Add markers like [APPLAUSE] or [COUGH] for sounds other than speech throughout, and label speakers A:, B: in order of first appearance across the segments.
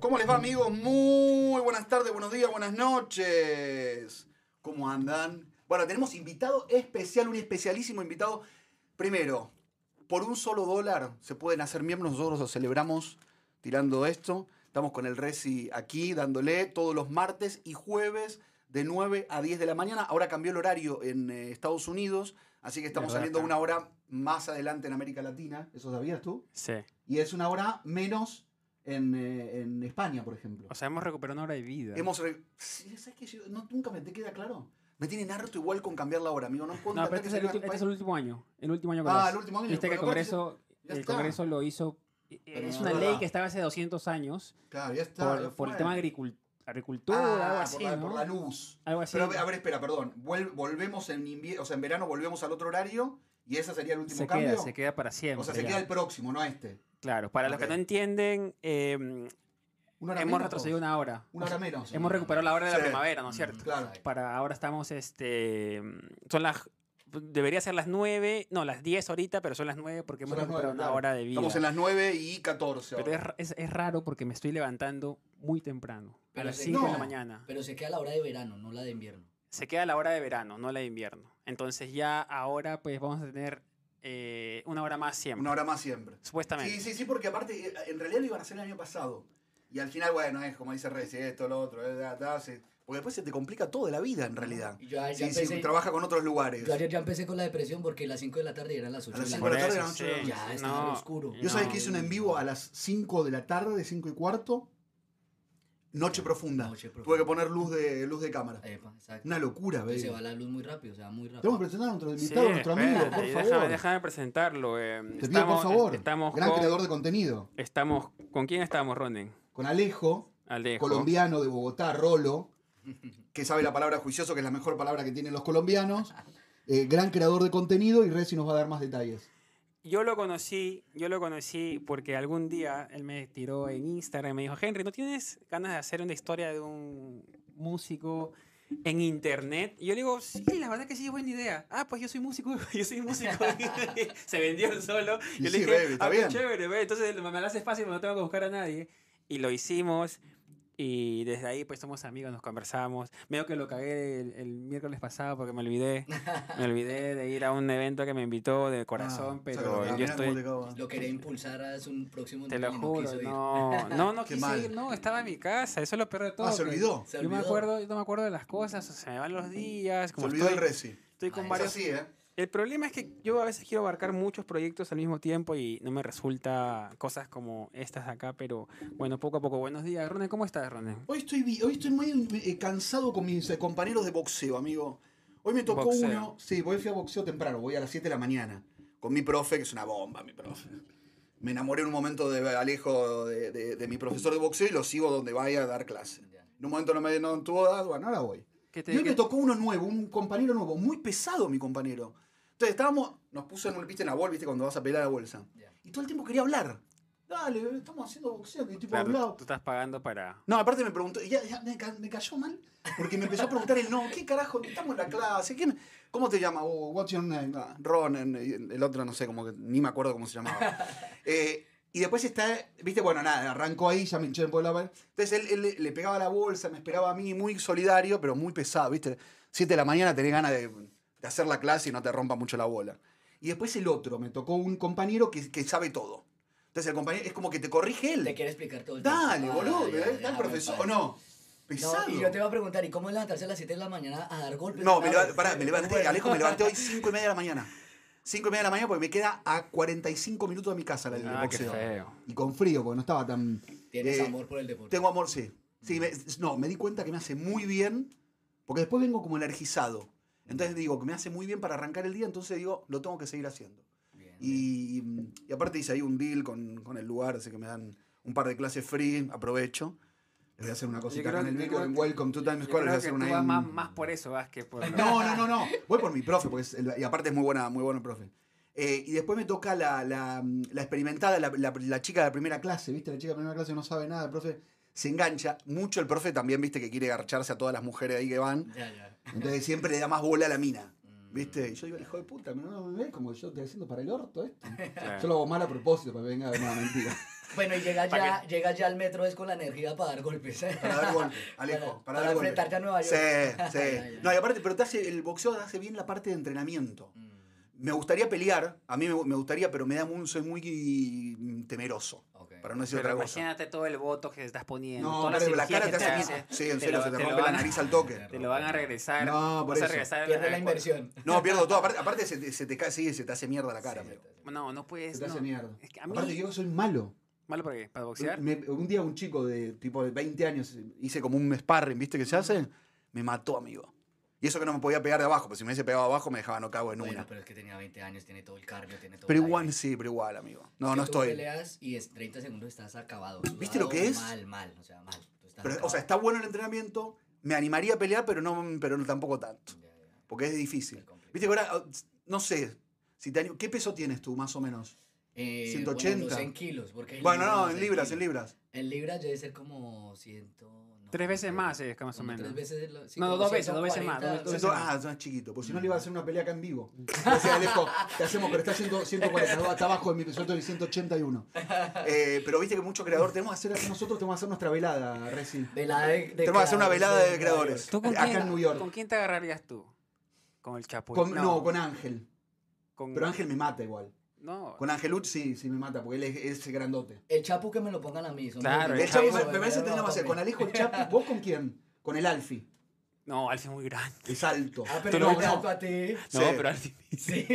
A: ¿Cómo les va amigos? Muy buenas tardes, buenos días, buenas noches. ¿Cómo andan? Bueno, tenemos invitado especial, un especialísimo invitado. Primero, por un solo dólar se pueden hacer miembros, nosotros lo celebramos tirando esto. Estamos con el Resi aquí dándole todos los martes y jueves de 9 a 10 de la mañana. Ahora cambió el horario en eh, Estados Unidos, así que estamos
B: Verdad,
A: saliendo
B: claro.
A: una hora más adelante en América Latina. ¿Eso sabías tú?
B: Sí.
A: Y es una hora menos en, eh, en España, por ejemplo.
B: O sea, hemos recuperado una hora de vida.
A: Hemos. re- Sí, ¿sabes qué? Yo- no, nunca me te queda claro. Me tienen harto igual con cambiar la hora, amigo. No, puedo
B: No,
A: entender
B: pero este
A: que
B: es, el
A: salga
B: último,
A: del
B: este es el
A: país.
B: último año. El último año que
A: Ah,
B: lo hace.
A: el último año,
B: Viste que el
A: pero aparte
B: Congreso,
A: ya
B: el
A: está.
B: Congreso lo hizo. eh,
A: Pero
B: Es
A: no,
B: una
A: no,
B: ley
A: no.
B: que estaba hace 200 años
A: Claro, ya está. ya
B: por, por
A: fue.
B: el tema de agricul- agricultura,
A: Ah,
B: algo así.
A: por, la,
B: ¿no?
A: por la luz.
B: Algo así.
A: Pero, a ver, espera, perdón. Vuel- volvemos en invie- o sea, en verano volvemos al otro horario y ese sería el último
B: se
A: cambio.
B: queda, se queda para siempre.
A: o sea, se
B: ya.
A: queda el próximo, no este.
B: Claro, para los
A: Ok.
B: que no entienden, eh, hemos
A: Una hora menos,
B: retrocedido
A: ¿no?
B: una hora.
A: Una hora menos.
B: Hemos recuperado la hora de la
A: Sí.
B: primavera, ¿no es cierto?
A: Claro.
B: Para ahora estamos, este, son las, pues, debería ser las 9, no, las 10 ahorita, pero son las 9 porque hemos
A: Son las nueve,
B: recuperado una
A: claro.
B: hora de vida.
A: Estamos en las 9 y 14.
B: Pero es, ra- es, es raro porque me estoy levantando muy temprano, a
C: Pero
B: las
C: se-
B: 5 de
A: no.
B: la mañana.
C: Pero se queda la hora de verano, no la de invierno.
B: Se queda la hora de verano, no la de invierno. Entonces ya ahora pues vamos a tener eh, una hora más siempre,
A: Una hora más siempre.
B: supuestamente.
A: Sí, sí, sí, porque aparte, eh, en realidad lo iban a hacer el año pasado. Y al final, bueno, es como dice Reci, esto, lo otro, eh, da, da, se- porque después se te complica toda la vida en realidad.
C: Y Yo, ayer ya
A: Sí, sí,
C: empecé,
A: trabaja con otros lugares.
C: yo ayer ya empecé con la depresión porque las 5 de la tarde eran las 8
A: las
C: de la
A: cinco de
C: noche.
A: la tarde, las ocho de la
C: noche. Ya, estaba oscuro.
A: Yo
C: No.
A: sabía que hice un en vivo a las 5 de la tarde, 5 y cuarto, noche profunda.
C: Noche profunda.
A: Tuve que poner luz de, luz de cámara.
C: Epa, exacto.
A: Una locura,
C: Entonces se va
A: ¿ves?
C: la luz muy rápido, se va muy rápido.
A: Tengo que presentar a nuestro invitado, a nuestro amigo,
B: espérate,
A: por favor.
B: Déjame, déjame presentarlo. eh,
A: Te pido, por favor.
B: Estamos
A: Gran
B: con,
A: creador de contenido.
B: estamos- ¿Con quién estamos, Ronen?
A: Con Alejo,
B: Alejo.
A: colombiano de Bogotá, Rolo, que sabe la palabra juicioso, que es la mejor palabra que tienen los colombianos, eh, gran creador de contenido y Reci nos va a dar más detalles.
B: Yo lo conocí, yo lo conocí porque algún día él me tiró en Instagram y me dijo, Henry, ¿no tienes ganas de hacer una historia de un músico en internet? Y yo le digo, sí, la verdad que sí, es buena idea. Ah, pues yo soy músico, [LAUGHS] yo soy músico. Se vendió el solo.
A: Y
B: yo
A: sí,
B: le dije,
A: baby, está
B: ah, qué
A: bien".
B: chévere, baby, entonces me lo haces fácil, no tengo que buscar a nadie. Y lo hicimos. Y desde ahí pues somos amigos, nos conversamos. Medio que lo cagué el, el miércoles pasado porque me olvidé. Me olvidé de ir a un evento que me invitó de corazón,
A: Ah,
B: pero
A: sabe lo que-
B: yo
A: mirá cómo
B: estoy...
A: te cago.
C: Lo quería impulsar a su próximo
B: Te lo
C: nivel y
B: juro,
C: quiso
A: [LAUGHS]
C: ir.
B: no, no, no
A: Qué
B: quise
A: mal.
B: ir, no, estaba en mi casa, eso es lo peor de todo.
A: Ah, se
B: que
A: olvidó.
C: Se
B: Yo me
C: olvidó.
B: acuerdo, yo no me acuerdo de las cosas, o sea, se me van los días,
A: Se
B: como
A: olvidó el
B: estoy,
A: Reci.
B: estoy con
C: Ah,
A: Es
B: varios...
A: así, ¿eh?
B: El problema es que yo a veces quiero abarcar muchos proyectos al mismo tiempo y no me resulta cosas como estas de acá, pero bueno, poco a poco. Buenos días, Ronen, ¿cómo estás, Ronen?
A: Hoy estoy, vi- hoy estoy muy eh, cansado con mis eh, compañeros de boxeo, amigo. Hoy me tocó
B: Boxeo.
A: uno. Sí, voy fui a boxeo temprano, voy a las 7 de la mañana. Con mi profe, que es una bomba, mi profe. Me enamoré en un momento de Alejo, de, de- de mi profesor de boxeo, y lo sigo donde vaya a dar clase.
C: Ya.
A: En un momento no me no tuvo edad, bueno, ahora voy.
B: ¿Qué
A: Y hoy me
B: qué-
A: tocó uno nuevo, un compañero nuevo, muy pesado mi compañero. Entonces estábamos, nos puso en, un- viste, en la bolsa, viste, cuando vas a pelar la bolsa.
C: Ya.
A: Y todo el tiempo quería hablar. Dale, bebé, estamos haciendo boxeo, que el tipo
B: claro,
A: hablaba.
B: tú estás pagando para...
A: No, aparte me preguntó, y ya, ya me, ca- me cayó mal, porque me empezó a preguntar el no, ¿qué carajo? Estamos en la clase, ¿quién- ¿cómo te llamas? Oh, what's your name? Ah, Ron, and- y el otro no sé, como que ni me acuerdo cómo se llamaba. Eh, y después está, viste, bueno, nada, arrancó ahí, ya me hinché en Puebla. Entonces él, él le- le pegaba la bolsa, me esperaba a mí, muy solidario, pero muy pesado, viste. Siete de la mañana tenés ganas de, de hacer la clase y no te rompa mucho la bola. Y después el otro, me tocó un compañero que, que sabe todo. Entonces el compañero, es como que te corrige él.
C: Te quiere explicar todo el
A: Dale,
C: tiempo. Ah,
A: boludo,
C: ya,
A: ¿eh?
C: ya,
A: Dale,
C: me
A: profesor.
C: parece.
A: ¿O no? Pesado.
C: No, y yo te iba a preguntar, ¿y cómo es levantarse a las 7 de la mañana a dar golpes?
A: No, me
C: Claro.
A: levanté,
C: [LAUGHS]
A: pará, me levanté, [LAUGHS]
C: Bueno.
A: Alejo, me levanté hoy 5 y media de la mañana. 5 y media de la mañana porque me queda a 45 minutos de mi casa la del
B: Ah, qué
A: boxeo.
B: feo.
A: Y con frío, porque no estaba tan...
C: Tienes
A: Eh,
C: amor por el deporte.
A: Tengo amor, sí. sí me- no, me di cuenta que me hace muy bien, porque después vengo como energizado. Entonces digo que me hace muy bien para arrancar el día, entonces digo, lo tengo que seguir haciendo.
C: Bien, bien.
A: Y, y aparte hice ahí un deal con, con el lugar, así que me dan un par de clases free, aprovecho. Les voy a hacer una cosita acá
B: creo
A: en el
B: que-
A: micro,
B: creo
A: en
B: que-
A: Welcome to Times
B: Yo
A: Square, les voy a
B: creo que
A: hacer
B: tú
A: una ahí
B: vas
A: en-
B: más, más por eso, vas
A: [LAUGHS]
B: que por...
A: No, no, no, no. Voy por mi profe, porque es el- y aparte es muy buena, muy bueno el profe. Eh, y después me toca la, la- la experimentada, la, la- la chica de la primera clase, ¿viste? La chica de la primera clase no sabe nada, el profe se engancha. Mucho el profe también, ¿viste? Que quiere garcharse a todas las mujeres ahí que van.
C: Ya, Mm. ya.
A: Entonces siempre le da más bola a la mina. ¿Viste? Y yo digo, hijo de puta, no no me ves como que yo estoy haciendo para el orto esto.
B: Ah.
A: Yo lo hago mal a propósito para que venga de nuevo, mentira.
C: Bueno, y llega
B: ¿Para
C: ya, llega ya al metro es con la energía para dar golpes.
A: [LAUGHS] [LAUGHS] Para dar
C: [LAUGHS]
A: golpe, Alejo. Para,
C: Para- para
A: dar golpe.
C: enfrentarte a Nueva York.
A: Sí, [LAUGHS] sí.
C: Ya, ya.
A: No, y aparte, pero te hace, el boxeo te hace bien la parte de entrenamiento.
C: Mm,
A: Me gustaría pelear, a mí me, me gustaría, pero me da muy, soy muy temeroso.
C: Ok.
A: Para no decir
B: Pero
A: otra cosa.
B: imagínate todo el voto que estás poniendo.
A: No,
B: toda la
A: pero la cara
B: cirugía que
A: te hace.
B: hacen,
A: Sí, en
B: te
A: serio,
B: lo-
A: se te
B: lo
A: rompe la
B: van a-
A: nariz al toque.
B: Te lo van a regresar.
A: No, por
B: vas a
A: eso.
B: regresar
C: Pierde la
B: al-
C: inversión.
A: No, pierdo todo. Aparte, aparte se, te, se te cae, sí, se te hace mierda la cara.
C: Sí,
A: amigo.
B: No, no
A: Se
B: puedes.
A: te hace
B: no.
A: mierda.
B: Es que a mí-
A: Aparte, yo soy malo.
B: ¿Malo para qué? ¿Para boxear?
A: Me- un día un chico de tipo de 20 años hice como un sparring, ¿viste? Que se hace. Me mató, amigo. Y eso que no me podía pegar de abajo, porque si me hubiese pegado abajo me dejaba no cago en
C: Bueno,
A: una.
C: pero es que tenía 20 años, tiene todo el cardio, tiene todo.
A: Pero
C: el
A: igual,
C: aire.
A: sí, pero igual, amigo.
C: Es
A: No,
C: que
A: no
C: tú
A: estoy.
C: peleas y es 30 segundos estás acabado.
A: ¿Viste lo
C: sudado,
A: que es?
C: Mal, mal, o sea, mal. Tú estás
A: Pero, o
C: acabado.
A: sea, está bueno el entrenamiento. Me animaría a pelear, pero no, pero no tampoco tanto.
C: Ya, ya.
A: Porque es difícil. Viste, que ahora, oh, no sé. Si te anim- ¿Qué peso tienes tú, más o menos?
C: Eh,
A: 180.
C: Bueno, no sé en kilos. Porque en
A: Bueno,
C: libras
A: no,
C: sé
A: en libras, en
C: kilos.
A: libras.
C: En libras debe ser como 100. no,
B: Tres veces
C: como-
B: más, es que más o
C: como
B: menos.
C: Tres veces lo- sí,
B: No,
C: como
B: dos veces, dos veces
C: 140,
B: más, dos veces
A: Siento-
B: más.
A: ah, más chiquito, porque si no le iba a hacer una pelea acá en vivo. Gracias, Alejo. Te hacemos, pero está haciendo 140, está abajo de mi sueldo de 181. Eh, pero viste que mucho creador tenemos que hacer, nosotros tenemos que hacer nuestra velada, Reci.
C: Velada de- de
A: Tenemos que hacer una
C: creadores
A: velada
C: de
A: de
C: Nueva
A: creadores.
B: ¿Tú con
A: Acá
B: quién,
A: en New York.
B: ¿Con Pues, quién te agarrarías tú? ¿Con el Chapo?
A: Con- no. con Ángel.
B: con-
A: Pero Ángel me mata igual.
B: No.
A: Con Angelut sí, sí me mata, porque él es, es grandote.
C: El chapu que me lo pongan a mí. son
B: Claro,
C: muy
B: el
A: El
C: buenos.
A: Chapo
B: Chapo
A: me, me parece que tenemos que hacer. Con
C: Ah,
A: Alejo el Chapo, ¿vos con quién? Con el Alfi.
B: No, Alfie es muy grande.
A: Es alto.
C: Ah,
B: Te
C: pero
B: lo
C: no,
B: juro.
C: tanto a ti.
A: Sí.
B: No, pero Alfie...
C: Sí.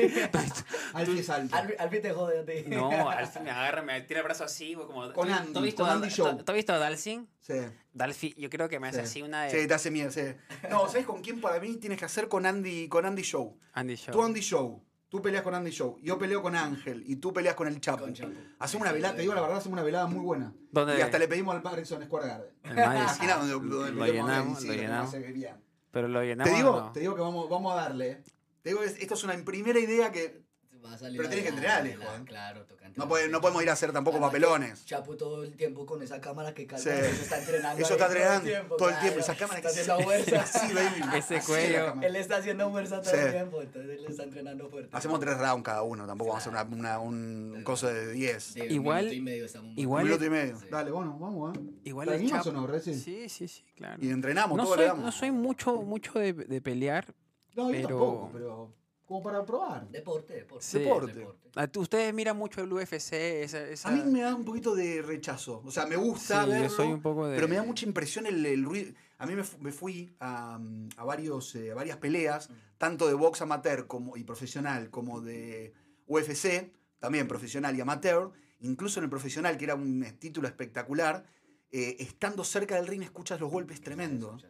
A: Alfi es alto.
C: Albi Albi te jode a ti.
B: No, Alfie me agarra, me tira el brazo así, güey, como...
A: Con
B: ¿Tú-
A: Andy,
B: ¿tú has visto
A: con
B: a-
A: Andy
B: tú-
A: Show.
B: ¿Tú has visto a Dalsin?
A: Sí.
B: Dalfi, yo creo que me hace
A: Sí.
B: así una de...
A: Sí, te hace miedo, sí. No, ¿sabes con quién para mí tienes que hacer con Andy, con Andy Show?
B: Andy Show.
A: Tú Andy Show, tú peleas con Andy Show, yo peleo con Ángel y tú peleas con el Chapo.
C: Con Chapo.
A: Hacemos una velada, te digo la verdad, hacemos una velada muy buena.
B: ¿Dónde?
A: Y hasta le pedimos al Madison Square Garden. [LAUGHS]
B: El Madison.
A: Imagina donde, donde
B: lo
A: peleamos,
B: llenamos,
A: ahí, sí,
B: lo
A: que
B: llenamos.
A: hace bien.
B: Pero lo llenamos.
A: Te digo,
B: o no?
A: te digo que vamos, vamos a darle. eh. Te digo que es- esto es una primera idea que
C: Va a salir
A: Pero tienes que
C: adelante,
A: entrenar,
C: adelante,
A: Juan.
C: Claro, toca
A: no,
C: entrenar.
A: puede- no podemos ir a hacer tampoco
C: Además que
A: papelones.
C: Chapu todo el tiempo con esa cámara que calma,
A: Sí.
C: eso está entrenando.
A: Eso
C: ahí
A: está entrenando todo el
C: claro.
A: tiempo. Esa cámara que
C: está haciendo [LAUGHS] fuerza.
A: [LAUGHS] Sí, baby.
B: Ese
A: Así la
B: cuello.
A: cámara.
C: Él está haciendo fuerza todo
A: Sí.
C: el tiempo, entonces él está entrenando fuerte.
A: Hacemos tres rounds cada uno, tampoco vamos a hacer una, una- un, un coso de 10.
C: De un
B: Igual-
C: minuto y medio estamos muy-
A: Un
B: Igual,
A: minuto y medio.
C: Sí.
A: Dale, bueno, vamos, ¿eh?
B: igual
A: ¿Te
B: el
A: animas
B: Chapo...
A: o no, Reci?
B: Sí, sí, sí, claro.
A: Y entrenamos,
B: No
A: todo
B: soy,
A: le damos.
B: no soy mucho, mucho de, de pelear.
A: No, yo
B: pero-
A: tampoco, pero como para probar.
C: Deporte, deporte.
B: Sí.
A: Deporte.
B: Ah, tú- Ustedes miran mucho el UFC, esa... esa-
A: A mí me da un poquito de rechazo. O sea, me gusta
B: Sí, yo
A: verlo,
B: soy un poco de-
A: pero me da mucha impresión el, el ruido. A mí me, fu- me fui a, mm, a varios, eh, a varias peleas, tanto de box amateur como, y profesional, como de UFC, también profesional y amateur. Incluso en el profesional, que era un eh, título espectacular, eh, estando cerca del ring escuchas los golpes tremendos.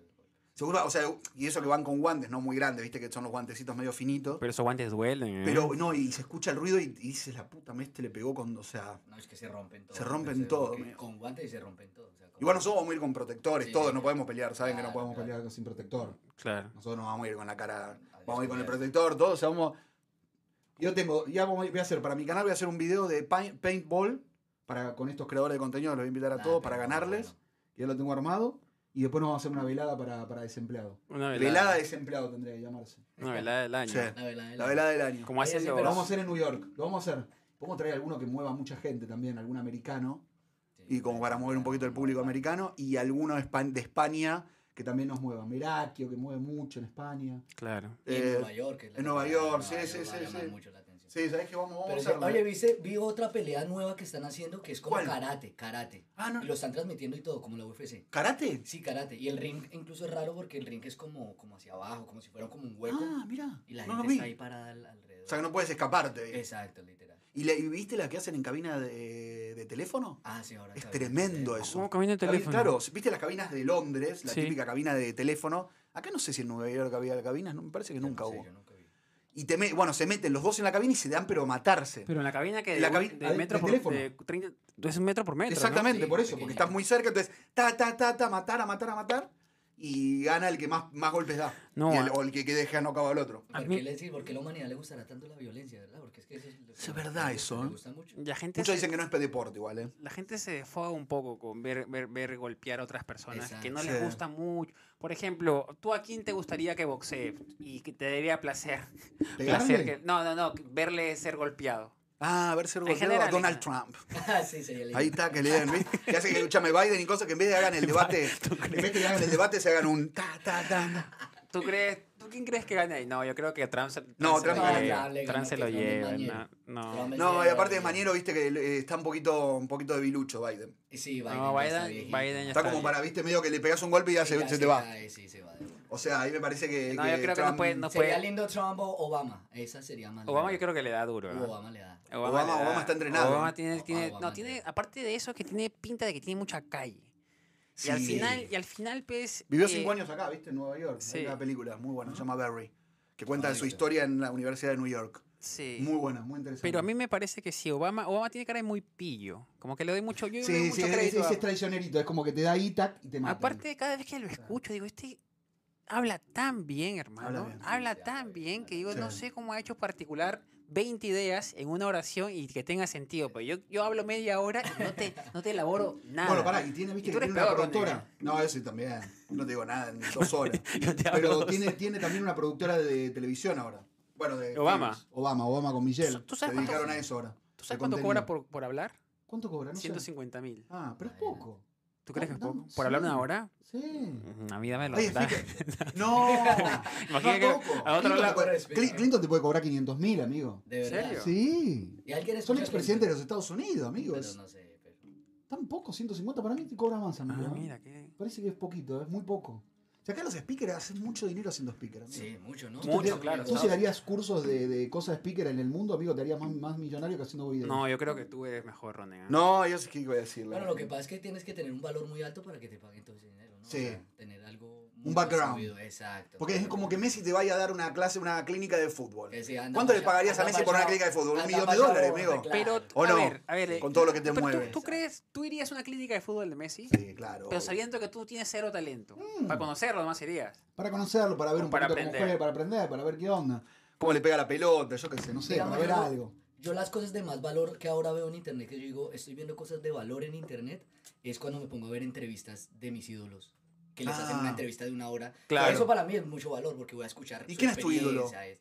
A: Seguro, o sea, y eso que van con guantes, no muy grandes, viste que son los guantecitos medio finitos.
B: Pero esos guantes duelen, ¿eh?
A: Pero no, y se escucha el ruido y, y dices, la puta, me este le pegó cuando, o sea...
C: No, es que se rompen todo.
A: Se rompen todo,
C: que-
A: amigo.
C: Con guantes y se rompen todo. o sea, como-
A: Igual nosotros vamos a ir con protectores,
C: Sí,
A: todos,
C: sí.
A: no podemos pelear, saben que no
C: Claro,
A: podemos
C: claro.
A: pelear sin protector.
B: Claro.
A: Nosotros no vamos a ir con la cara,
C: Adiós,
A: vamos a ir con el
C: cuidado.
A: protector, todos, o sea, vamos... Yo tengo, ya vamos- voy a hacer, para mi canal voy a hacer un video de paint- paintball, para, con estos creadores de contenido, los voy a invitar a
C: Ah,
A: todos para
C: pero bueno,
A: ganarles,
C: bueno.
A: ya lo tengo armado, y después nos vamos a hacer una velada para, para desempleado.
B: Una
A: Velada.
B: velada.
A: de desempleado tendría que llamarse.
B: Una velada del año.
A: Sí.
C: La velada del
A: La
C: año.
A: velada del año.
B: Como hacen
C: Oye, sí,
B: los...
A: Lo
C: pero-
A: vamos a hacer en New York, lo vamos a hacer. Podemos traer alguno que mueva mucha gente también, algún americano.
C: Sí,
A: y como para mover un poquito el público americano, y algunos espa- de España que también nos muevan. Merakio, que mueve mucho en España.
B: Claro.
C: Y en
A: Eh,
C: Nueva York. que es la
A: en Nueva
C: que-
A: York,
C: Nueva
A: sí, sí,
C: va a
A: sí,
C: llamar
A: sí.
C: mucho la atención.
A: Sí, ¿sabés que vamos,
C: Pero
A: vamos
C: sí,
A: a hacerlo?
C: oye, ¿viste? vi otra pelea nueva que están haciendo que es como
A: ¿Cuál?
C: karate, karate.
A: Ah, no.
C: Y lo están transmitiendo y todo, como la UFC.
A: ¿Karate?
C: Sí, karate. Y el ring incluso es raro porque el ring es como, como hacia abajo, como si fuera como un hueco.
A: Ah, mira.
C: y la
A: No
C: gente
A: lo vi.
C: está ahí parada al- alrededor.
A: O sea que no puedes escaparte.
C: Exacto, literal.
A: ¿Y, le- y viste la que hacen en cabina de, de teléfono?
C: Ah, sí, ahora
A: Es
C: está bien.
A: tremendo
C: Eh,
A: eso.
B: ¿Cómo camina el
A: Cabi-
B: teléfono?
A: Claro, viste las cabinas de Londres, la
B: Sí.
A: típica cabina de teléfono. Acá no sé si en Nueva York había cabinas, no, me parece que
C: yo no
A: nunca
C: sé,
A: hubo.
C: yo nunca vi.
A: Y te me- bueno, se meten los dos en la cabina y se dan pero a matarse.
B: Pero en la cabina que
A: En la
B: de,
A: cabina-
B: de
A: ah, de-
B: metro
A: de
B: por
A: teléfono.
B: de 30 es un metro por metro. ¿no?
A: Exactamente,
C: Sí,
A: por eso, porque
C: pequeña.
A: estás muy cerca, entonces, ta, ta, ta, ta, matar, a matar, a matar. y gana el que más, más golpes da.
B: No,
A: Y el-
B: a-
A: o el que, que deja no acaba al otro.
B: A
C: ¿Por
B: mí-
C: qué, le- sí, por qué la humanidad le gustará tanto la violencia, verdad? Porque es que eso es, lo
A: Es
C: que-
A: verdad eso,
C: Me
A: ¿eh?
C: gusta mucho.
B: La gente,
A: Muchos
B: se,
A: dicen que no es deporte igual, ¿eh?
B: la gente se desfoga un poco con ver, ver, ver golpear a otras personas que no
A: Exacto.
B: les
A: Sí.
B: gusta mucho. Por ejemplo, ¿tú a quién te gustaría que boxee y que te daría placer? placer
A: ¿Pegarle?
B: que- no, no, no, que verle ser golpeado.
A: Ah, a ver si
B: general,
A: golpeado a
B: en
A: Donald Trump.
C: Ah, sí, sería lindo.
A: Ahí está, que le den, ¿ves? Que hace que escúchame Biden y cosas que en vez de
B: [LAUGHS]
A: hagan el debate, en vez que hagan el debate, se hagan un ta, ta, ta.
B: ¿Tú crees, tú quién crees que gane ahí? No, yo creo que Trump se,
A: No,
B: se lo
A: Trump gana.
B: lleva,
C: Trump le gana,
B: Trump se
C: que
B: lo
C: Trump es
B: lleva.
C: mañero.
B: No, no.
C: Trump es
A: No, y
C: negro,
A: aparte de
C: y-
A: Maniero, viste que eh, está un poquito, un poquito de bilucho Biden.
C: y Sí, Biden.
B: No,
C: ya está
B: Biden-
C: viejito.
B: Biden ya
A: Está
B: está
A: como
B: bien.
A: para, viste, medio que le pegas un golpe y ya se,
C: Ya
A: se te va.
C: cae, sí, se va de una.
A: O sea, ahí me parece que.
B: No, yo creo que no puede- no
C: Sería
B: puede-
C: lindo Trump o Obama. Esa sería más.
B: Obama
C: linda.
B: yo creo que le da duro. ¿no?
C: Uh, Obama le da.
A: Obama-
B: le da-
A: Obama está entrenado,
B: ah, Obama
A: ¿eh?
B: tiene,
C: Obama-
B: tiene, no,
C: Obama
B: tiene,
C: entrena.
B: aparte de eso, que tiene pinta de que tiene mucha calle. Y al
A: Sí.
B: final, y al final, pues.
A: Vivió
B: eh,
A: cinco años acá, viste, en Nueva York.
B: sí.
A: Hay una película muy buena, se llama Barry, que cuenta
C: Ah,
A: de su
C: mira.
A: historia en la Universidad de New York.
B: Sí.
A: Muy buena, muy interesante.
B: Pero a mí me parece que sí, Obama, Obama tiene cara de muy pillo. Como que le doy mucho, yo le doy
A: Sí, sí,
B: mucho
A: es, es,
B: crédito. a-
A: es traicionerito, es como que te da itac y te mata.
B: Aparte, cada vez que lo escucho, digo, este habla tan bien, hermano. Habla,
A: bien.
C: Sí,
B: tan
C: habla
B: bien,
C: bien,
B: que
C: habla
B: digo, no
A: Sí.
B: sé cómo ha hecho particular 20 ideas en una oración y que tenga sentido. Pero yo, yo hablo media hora y no te, no te elaboro nada.
A: Bueno,
B: [LAUGHS]
A: pará, y tiene, viste,
B: Y tú
A: que
B: eres
A: tiene una
B: peor,
A: productora. No, eso sí también. No te digo nada en
B: [LAUGHS]
A: dos horas.
B: Yo te hablo-
A: Pero tiene, tiene también una productora de televisión ahora. Bueno, de
B: Obama.
A: films. Obama, Obama con Michelle.
B: ¿Tú sabes
A: Se
B: cuánto-
A: dedicaron a eso ahora.
B: ¿Tú sabes
A: de
B: cuánto
A: contenido.
B: cobra por, por hablar?
A: ¿Cuánto cobra? No sé.
B: 150 mil.
A: Ah, pero es poco.
B: ¿Tú crees que es
A: no,
B: poco? ¿Por hablar
A: sí.
B: una hora?
A: Sí.
B: Mm, A mí dame lo
A: Oye, [LAUGHS]
B: da.
A: explica- No.
B: Imagina
A: Imagina
B: que a otro
A: Clinton,
B: lado-
A: te puede, ¿eh? Cli- Clinton te puede cobrar 500 mil, amigo.
C: De
B: ¿En
C: verdad.
B: serio?
A: Sí.
C: ¿Y alguien
A: Son
C: escucha
A: expresidentes de
C: Clinton?
A: los Estados Unidos,
C: Pero
A: amigos.
C: no sé, pero-
A: Tampoco, 150 para mí te cobra más, amigo.
B: Ah,
A: ¿eh?
B: mira, qué...
A: Parece que es poquito, es muy poco. O sea, acá los speakers hacen mucho dinero haciendo speakers. amigo.
C: Sí, mucho, ¿no?
A: Tú
B: Mucho,
A: tendrías-
B: claro,
A: Tú si
B: claro.
A: darías cursos de, de cosas de speaker en el mundo, amigo, te harías más, más millonario que haciendo videos.
B: No, yo creo que tú eres mejor, Ronen. ¿eh?
A: no yo sé qué voy a decirle.
C: Bueno, lo que pasa es que tienes que tener un valor muy alto para que te paguen todo ese dinero, ¿no?
A: Sí.
C: O sea, tener algo.
A: Un background.
C: construido, Exacto.
A: Porque es como que Messi te vaya a dar una clase, una clínica de fútbol.
C: Que sí, anda
A: ¿Cuánto le
C: pa'
A: pagarías a
C: anda
A: Messi
C: pa'
A: por una
C: allá,
A: clínica de fútbol? Un
C: anda
A: millón
C: pa'
A: de
C: allá,
A: dólares,
C: gorda,
A: amigo.
C: claro.
B: Pero,
A: ¿O
B: a
A: no?
B: ver, a ver. eh,
A: Con todo lo que te
B: pero tú-
A: mueve.
B: ¿tú, crees, tú irías a una clínica de fútbol de Messi?
A: Sí, claro.
B: Pero
A: obvio.
B: sabiendo que tú tienes cero talento.
A: Mm.
B: Para conocerlo, además irías.
A: Para conocerlo, para ver
B: O
A: un
B: para
A: poquito cómo
B: aprender.
A: juega, para aprender, para ver qué onda. Cómo le pega la pelota, yo qué sé, no sé,
C: Mira,
A: para ver
C: Mariano,
A: algo.
C: Yo las cosas de más valor que ahora veo en internet, que yo digo, estoy viendo cosas de valor en internet, es cuando me pongo a ver entrevistas de mis ídolos. Que les hacen
A: Ah.
C: una entrevista de una hora.
B: Claro.
C: Eso para mí es mucho valor porque voy a escuchar.
A: ¿Y
C: su
A: quién es tu ídolo?
C: experiencia, es-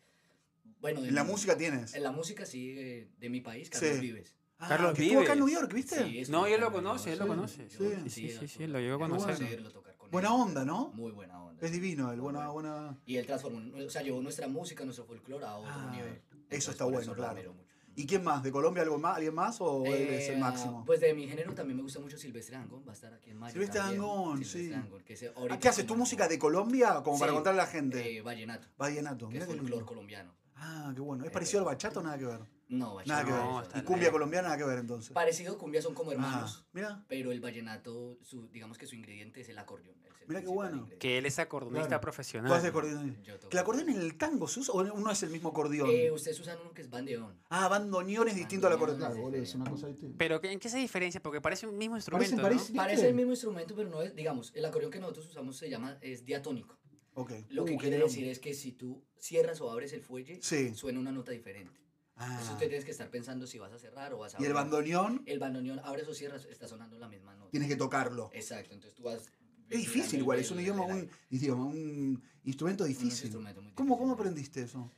C: Bueno, de
A: En la
C: mi-
A: música tienes.
C: En la música sí, de, de mi país, Carlos
A: Sí.
C: Vives.
A: Ah,
B: Carlos
A: que estuvo acá en
B: Vives.
A: New York, ¿viste?
C: Sí, es
B: No,
C: un
B: él lo
C: gran
B: conoce, él lo
C: valor.
B: conoce.
A: Sí, sí,
B: sí, sí, sí,
C: absolutamente.
B: lo llegó a
C: Qué bueno
A: conocer.
C: conocerlo, tocar con
A: Buena
C: él.
A: onda, ¿no?
C: Muy buena onda.
A: Es divino, el
C: Muy
A: buena,
C: bueno.
A: buena.
C: Y él transformó, o sea, llevó nuestra música, nuestro folclore a otro
A: Ah,
C: nivel.
A: eso
C: Entonces,
A: está
C: por
A: bueno,
C: lo
A: claro.
C: admiro mucho.
A: ¿Y quién más? ¿De Colombia algo más? alguien más o él es
C: Eh,
A: el máximo?
C: Pues de mi género también me gusta mucho Silvestre Angón, va a estar aquí en mayo.
A: Silvestre
C: también.
A: Dangond, sí.
C: Silvestre Dangond, que ese
A: Ah,
C: ahorita
A: ¿Qué haces?
C: es
A: ¿Tu
C: como-
A: música de Colombia? Como para
C: Sí,
A: contarle a la gente.
C: eh, vallenato,
A: Vallenato.
C: que
A: Mira
C: es
A: qué
C: folclore
A: lindo.
C: colombiano.
A: Ah, qué bueno. ¿Es
C: Eh,
A: parecido al bachata o nada que ver?
C: No,
A: Nada
C: vallenato.
A: que
B: no,
A: ver.
B: está
A: ¿Y cumbia
B: bien.
A: colombiana nada que ver entonces?
C: Parecido, cumbia son como hermanos,
A: Ah, mira.
C: pero el vallenato, su, digamos que su ingrediente es el acordeón. es
A: Mira qué
C: el principal
A: bueno.
C: ingrediente.
B: Que él es acordeonista
A: Claro.
B: profesional.
A: Tú haces acordeón.
C: Yo toco
A: ¿El acordeón en el tango se usa o no es el mismo acordeón?
C: Eh, ustedes usan uno que es bandeón.
A: ah, bandoneón es distinto al acordeón.
C: bandoneón,
A: Claro, boludo,
C: sí, sí.
A: es una cosa distinta.
B: Pero ¿qué- ¿en qué se diferencia? Porque parece un mismo
A: Parece-
B: instrumento,
A: parece-
B: ¿no?
A: ¿viste?
C: Parece el mismo instrumento, pero no es, digamos, el acordeón que nosotros usamos se llama, es diatónico.
A: Ok.
C: Lo
A: Uh,
C: que
A: qué
C: quiere
A: quilombo.
C: decir es que si tú cierras o abres el fuelle,
A: Sí.
C: suena una nota diferente.
A: Ah.
C: Entonces tú tienes que estar pensando si vas a cerrar o vas a
A: Y el
C: abrir.
A: bandoneón
C: El bandoneón, abres o cierras, está sonando la misma nota.
A: tienes que tocarlo.
C: Exacto, entonces tú vas...
A: Es
C: eh,
A: difícil igual, es un idioma, un, idioma, un instrumento difícil. ¿Cómo, ¿Cómo
C: aprendí?
A: aprendiste eso?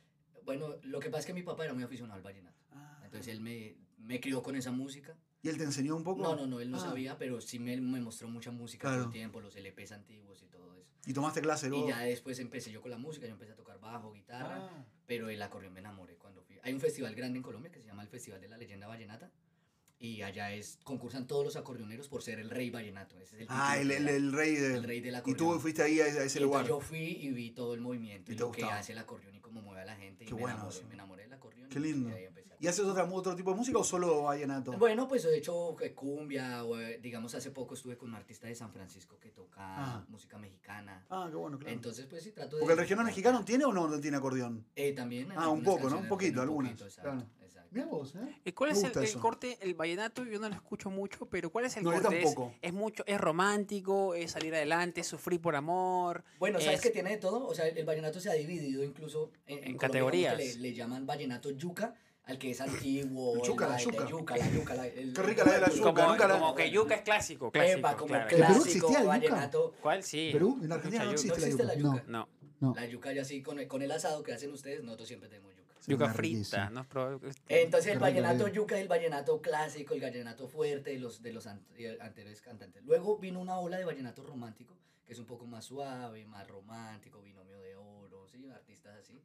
C: Bueno, lo que pasa es que mi papá era muy aficionado al vallenato.
A: Ah.
C: Entonces él me, me crió con esa música.
A: ¿Y él te enseñó un poco?
C: No, no, no, él no
A: Ah.
C: sabía, pero sí me, me mostró mucha música todo
A: Claro.
C: el tiempo, los LPs antiguos y todo eso.
A: ¿Y tomaste clase
C: Y
A: luego?
C: ya después empecé yo con la música, yo empecé a tocar bajo, guitarra,
A: Ah.
C: pero el acordeón me enamoré cuando fui. Hay un festival grande en Colombia que se llama el Festival de la Leyenda Vallenata y allá es concursan todos los acordeoneros por ser el rey vallenato. Ese es el
A: Ah, el,
C: título que
A: el-
C: le dan,
A: el rey del...
C: el rey del
A: y
C: acordeón.
A: tú fuiste ahí a ese, a
C: Y
A: ese
C: entonces
A: lugar.
C: Yo fui y vi todo el movimiento y,
A: ¿Y te
C: lo que
A: gustaba?
C: hace el acordeón y cómo mueve a la gente y
A: Qué
C: me
A: bueno
C: enamoré,
A: eso.
C: me enamoré del acordeón.
A: Qué
C: y
A: lindo.
C: ahí empecé a-
A: ¿Y haces otra, otro tipo de música o solo vallenato?
C: Bueno, pues de hecho, que cumbia, o, eh, digamos, hace poco estuve con un artista de San Francisco que toca
A: Ah.
C: música mexicana.
A: Ah, qué bueno, claro.
C: Entonces, pues sí, trato de.
A: Porque el regional mexicano tiene o no, no tiene acordeón.
C: Eh, también. en
A: Ah, un
C: algunas
A: poco, ¿no? Un
C: canciones
A: poquito,
C: tiene un
A: algunas,
C: poquito, exacto,
A: claro.
C: exacto.
A: Mira vos, ¿eh?
B: ¿Y cuál
A: Me
B: es el,
A: gusta
B: el
A: eso.
B: corte? El vallenato yo no lo escucho mucho, pero ¿cuál es el
A: No, yo
B: corte? Es-
A: tampoco.
B: Es, mucho, es romántico, es salir adelante, es sufrir por amor.
C: Bueno, ¿sabes
B: es-
C: que tiene de todo? O sea, el, el vallenato se ha dividido incluso en,
B: En
C: Colombia,
B: categorías.
C: digamos que Le, le llaman vallenato yuca al que es antiguo.
A: El yuca,
C: el-
A: la
C: el-
A: yuca.
C: La yuca, la yuca. la- el-
A: Qué rica la de la yuca,
B: Como,
A: nunca la-
B: como que yuca es clásico, clásico.
C: Epa, como
B: claro.
A: ¿En Perú
C: clásico,
A: existía el yuca?
C: vallenato.
B: ¿Cuál? Sí.
A: Perú, en
B: Mucha
A: Argentina no
B: yuca.
A: existe, la yuca. No.
B: No,
A: No.
C: La yuca ya así, con, con el asado que hacen ustedes, nosotros siempre tenemos yuca.
A: Sí,
B: yuca
A: una
B: frita.
A: riqueza.
B: ¿no? Pero-
A: Qué
C: Entonces el
A: rico,
C: vallenato
A: eh.
C: yuca es el vallenato clásico, el vallenato fuerte de los, de los an- eh, anteriores cantantes. Luego vino una ola de vallenato romántico, que es un poco más suave, más romántico, binomio de oro, ¿sí? artistas así.